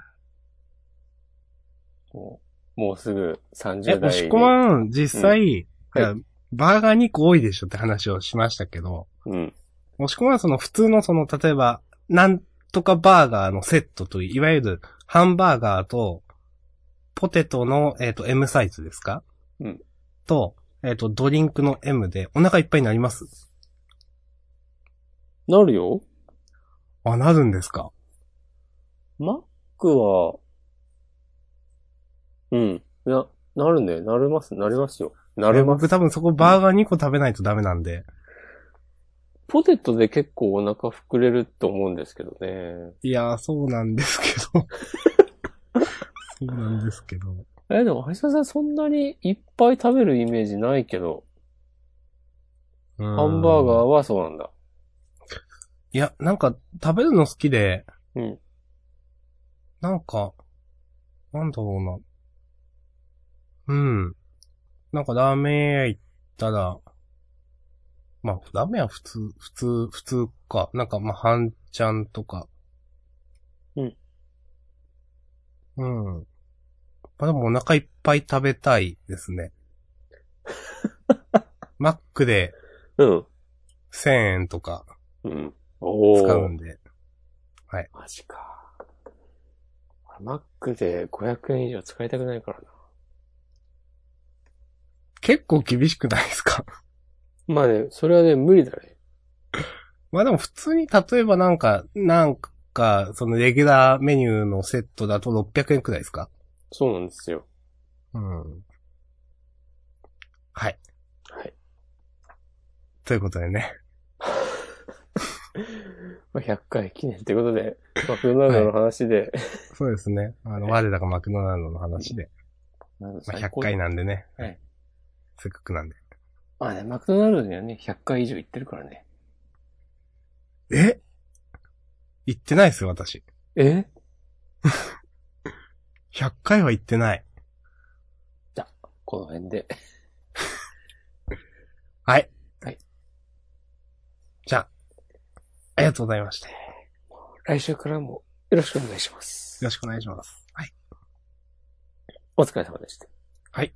Speaker 1: もうもうすぐ30代
Speaker 2: え、
Speaker 1: に。
Speaker 2: 押し込まん、実際、い
Speaker 1: はい
Speaker 2: やバーガー2個多いでしょって話をしましたけど、
Speaker 1: うん。
Speaker 2: 押し込まんはその普通のその、例えば、なんとかバーガーのセットという、いわゆるハンバーガーと、ポテトの、えっ、と、M サイズですか
Speaker 1: うん。
Speaker 2: と、えっ、と、ドリンクの M で、お腹いっぱいになります
Speaker 1: なるよ。
Speaker 2: あ、なるんですか
Speaker 1: マックは、うん。な、なるね。なります、なりますよ。なれ
Speaker 2: え
Speaker 1: ます
Speaker 2: 僕。多分そこバーガー2個食べないとダメなんで。
Speaker 1: ポテトで結構お腹膨れると思うんですけどね。
Speaker 2: いやー、そうなんですけ ど。そうなんですけど。
Speaker 1: え、でも、橋田さんそんなにいっぱい食べるイメージないけど、
Speaker 2: ハ
Speaker 1: ハンバーガーはそうなんだ。
Speaker 2: いや、なんか、食べるの好きで、
Speaker 1: うん。
Speaker 2: なんか、なんだろうな。うん。なんか、ラーメン屋行ったら、まあ、ラーメンは普通、普通、普通か。なんか、まあ、半ちゃんとか。
Speaker 1: うん。
Speaker 2: うん。まあ、でもお腹いっぱい食べたいで すね。マックで
Speaker 1: うん。
Speaker 2: 1000円とか
Speaker 1: うん。
Speaker 2: 使
Speaker 1: お
Speaker 2: う
Speaker 1: ー
Speaker 2: ん。で。
Speaker 1: マジか。俺マックで500円以上使いたくないからな。
Speaker 2: 結構厳しくないですか
Speaker 1: まあね、それはね、無理だね。
Speaker 2: まあでも普通に例えばなんか、なんか、そのレギュラーメニューのセットだと600円くらいですか
Speaker 1: そうなんですよ。
Speaker 2: うん。はい。
Speaker 1: はい。
Speaker 2: ということでね。
Speaker 1: まあ100回記念ということ で、マクドナルドの話で、
Speaker 2: そうですね。あの、
Speaker 1: はい
Speaker 2: 我らがマクドナルドの話で。
Speaker 1: なんだ
Speaker 2: まあ、
Speaker 1: 最
Speaker 2: 100
Speaker 1: 高
Speaker 2: 回なんでね。
Speaker 1: はい。
Speaker 2: せっかくなんで。
Speaker 1: まあね、マクドナルドにはね、100回以上行ってるからね。
Speaker 2: え行ってないですよ、私。
Speaker 1: え
Speaker 2: 100回は行ってない。
Speaker 1: この辺で。
Speaker 2: はい。
Speaker 1: はい。
Speaker 2: じゃあ、ありがとうございました。よ
Speaker 1: 来週からもよろしくお願いします
Speaker 2: ろ。しくお願いします。はい。
Speaker 1: お疲れ様でした。
Speaker 2: はい。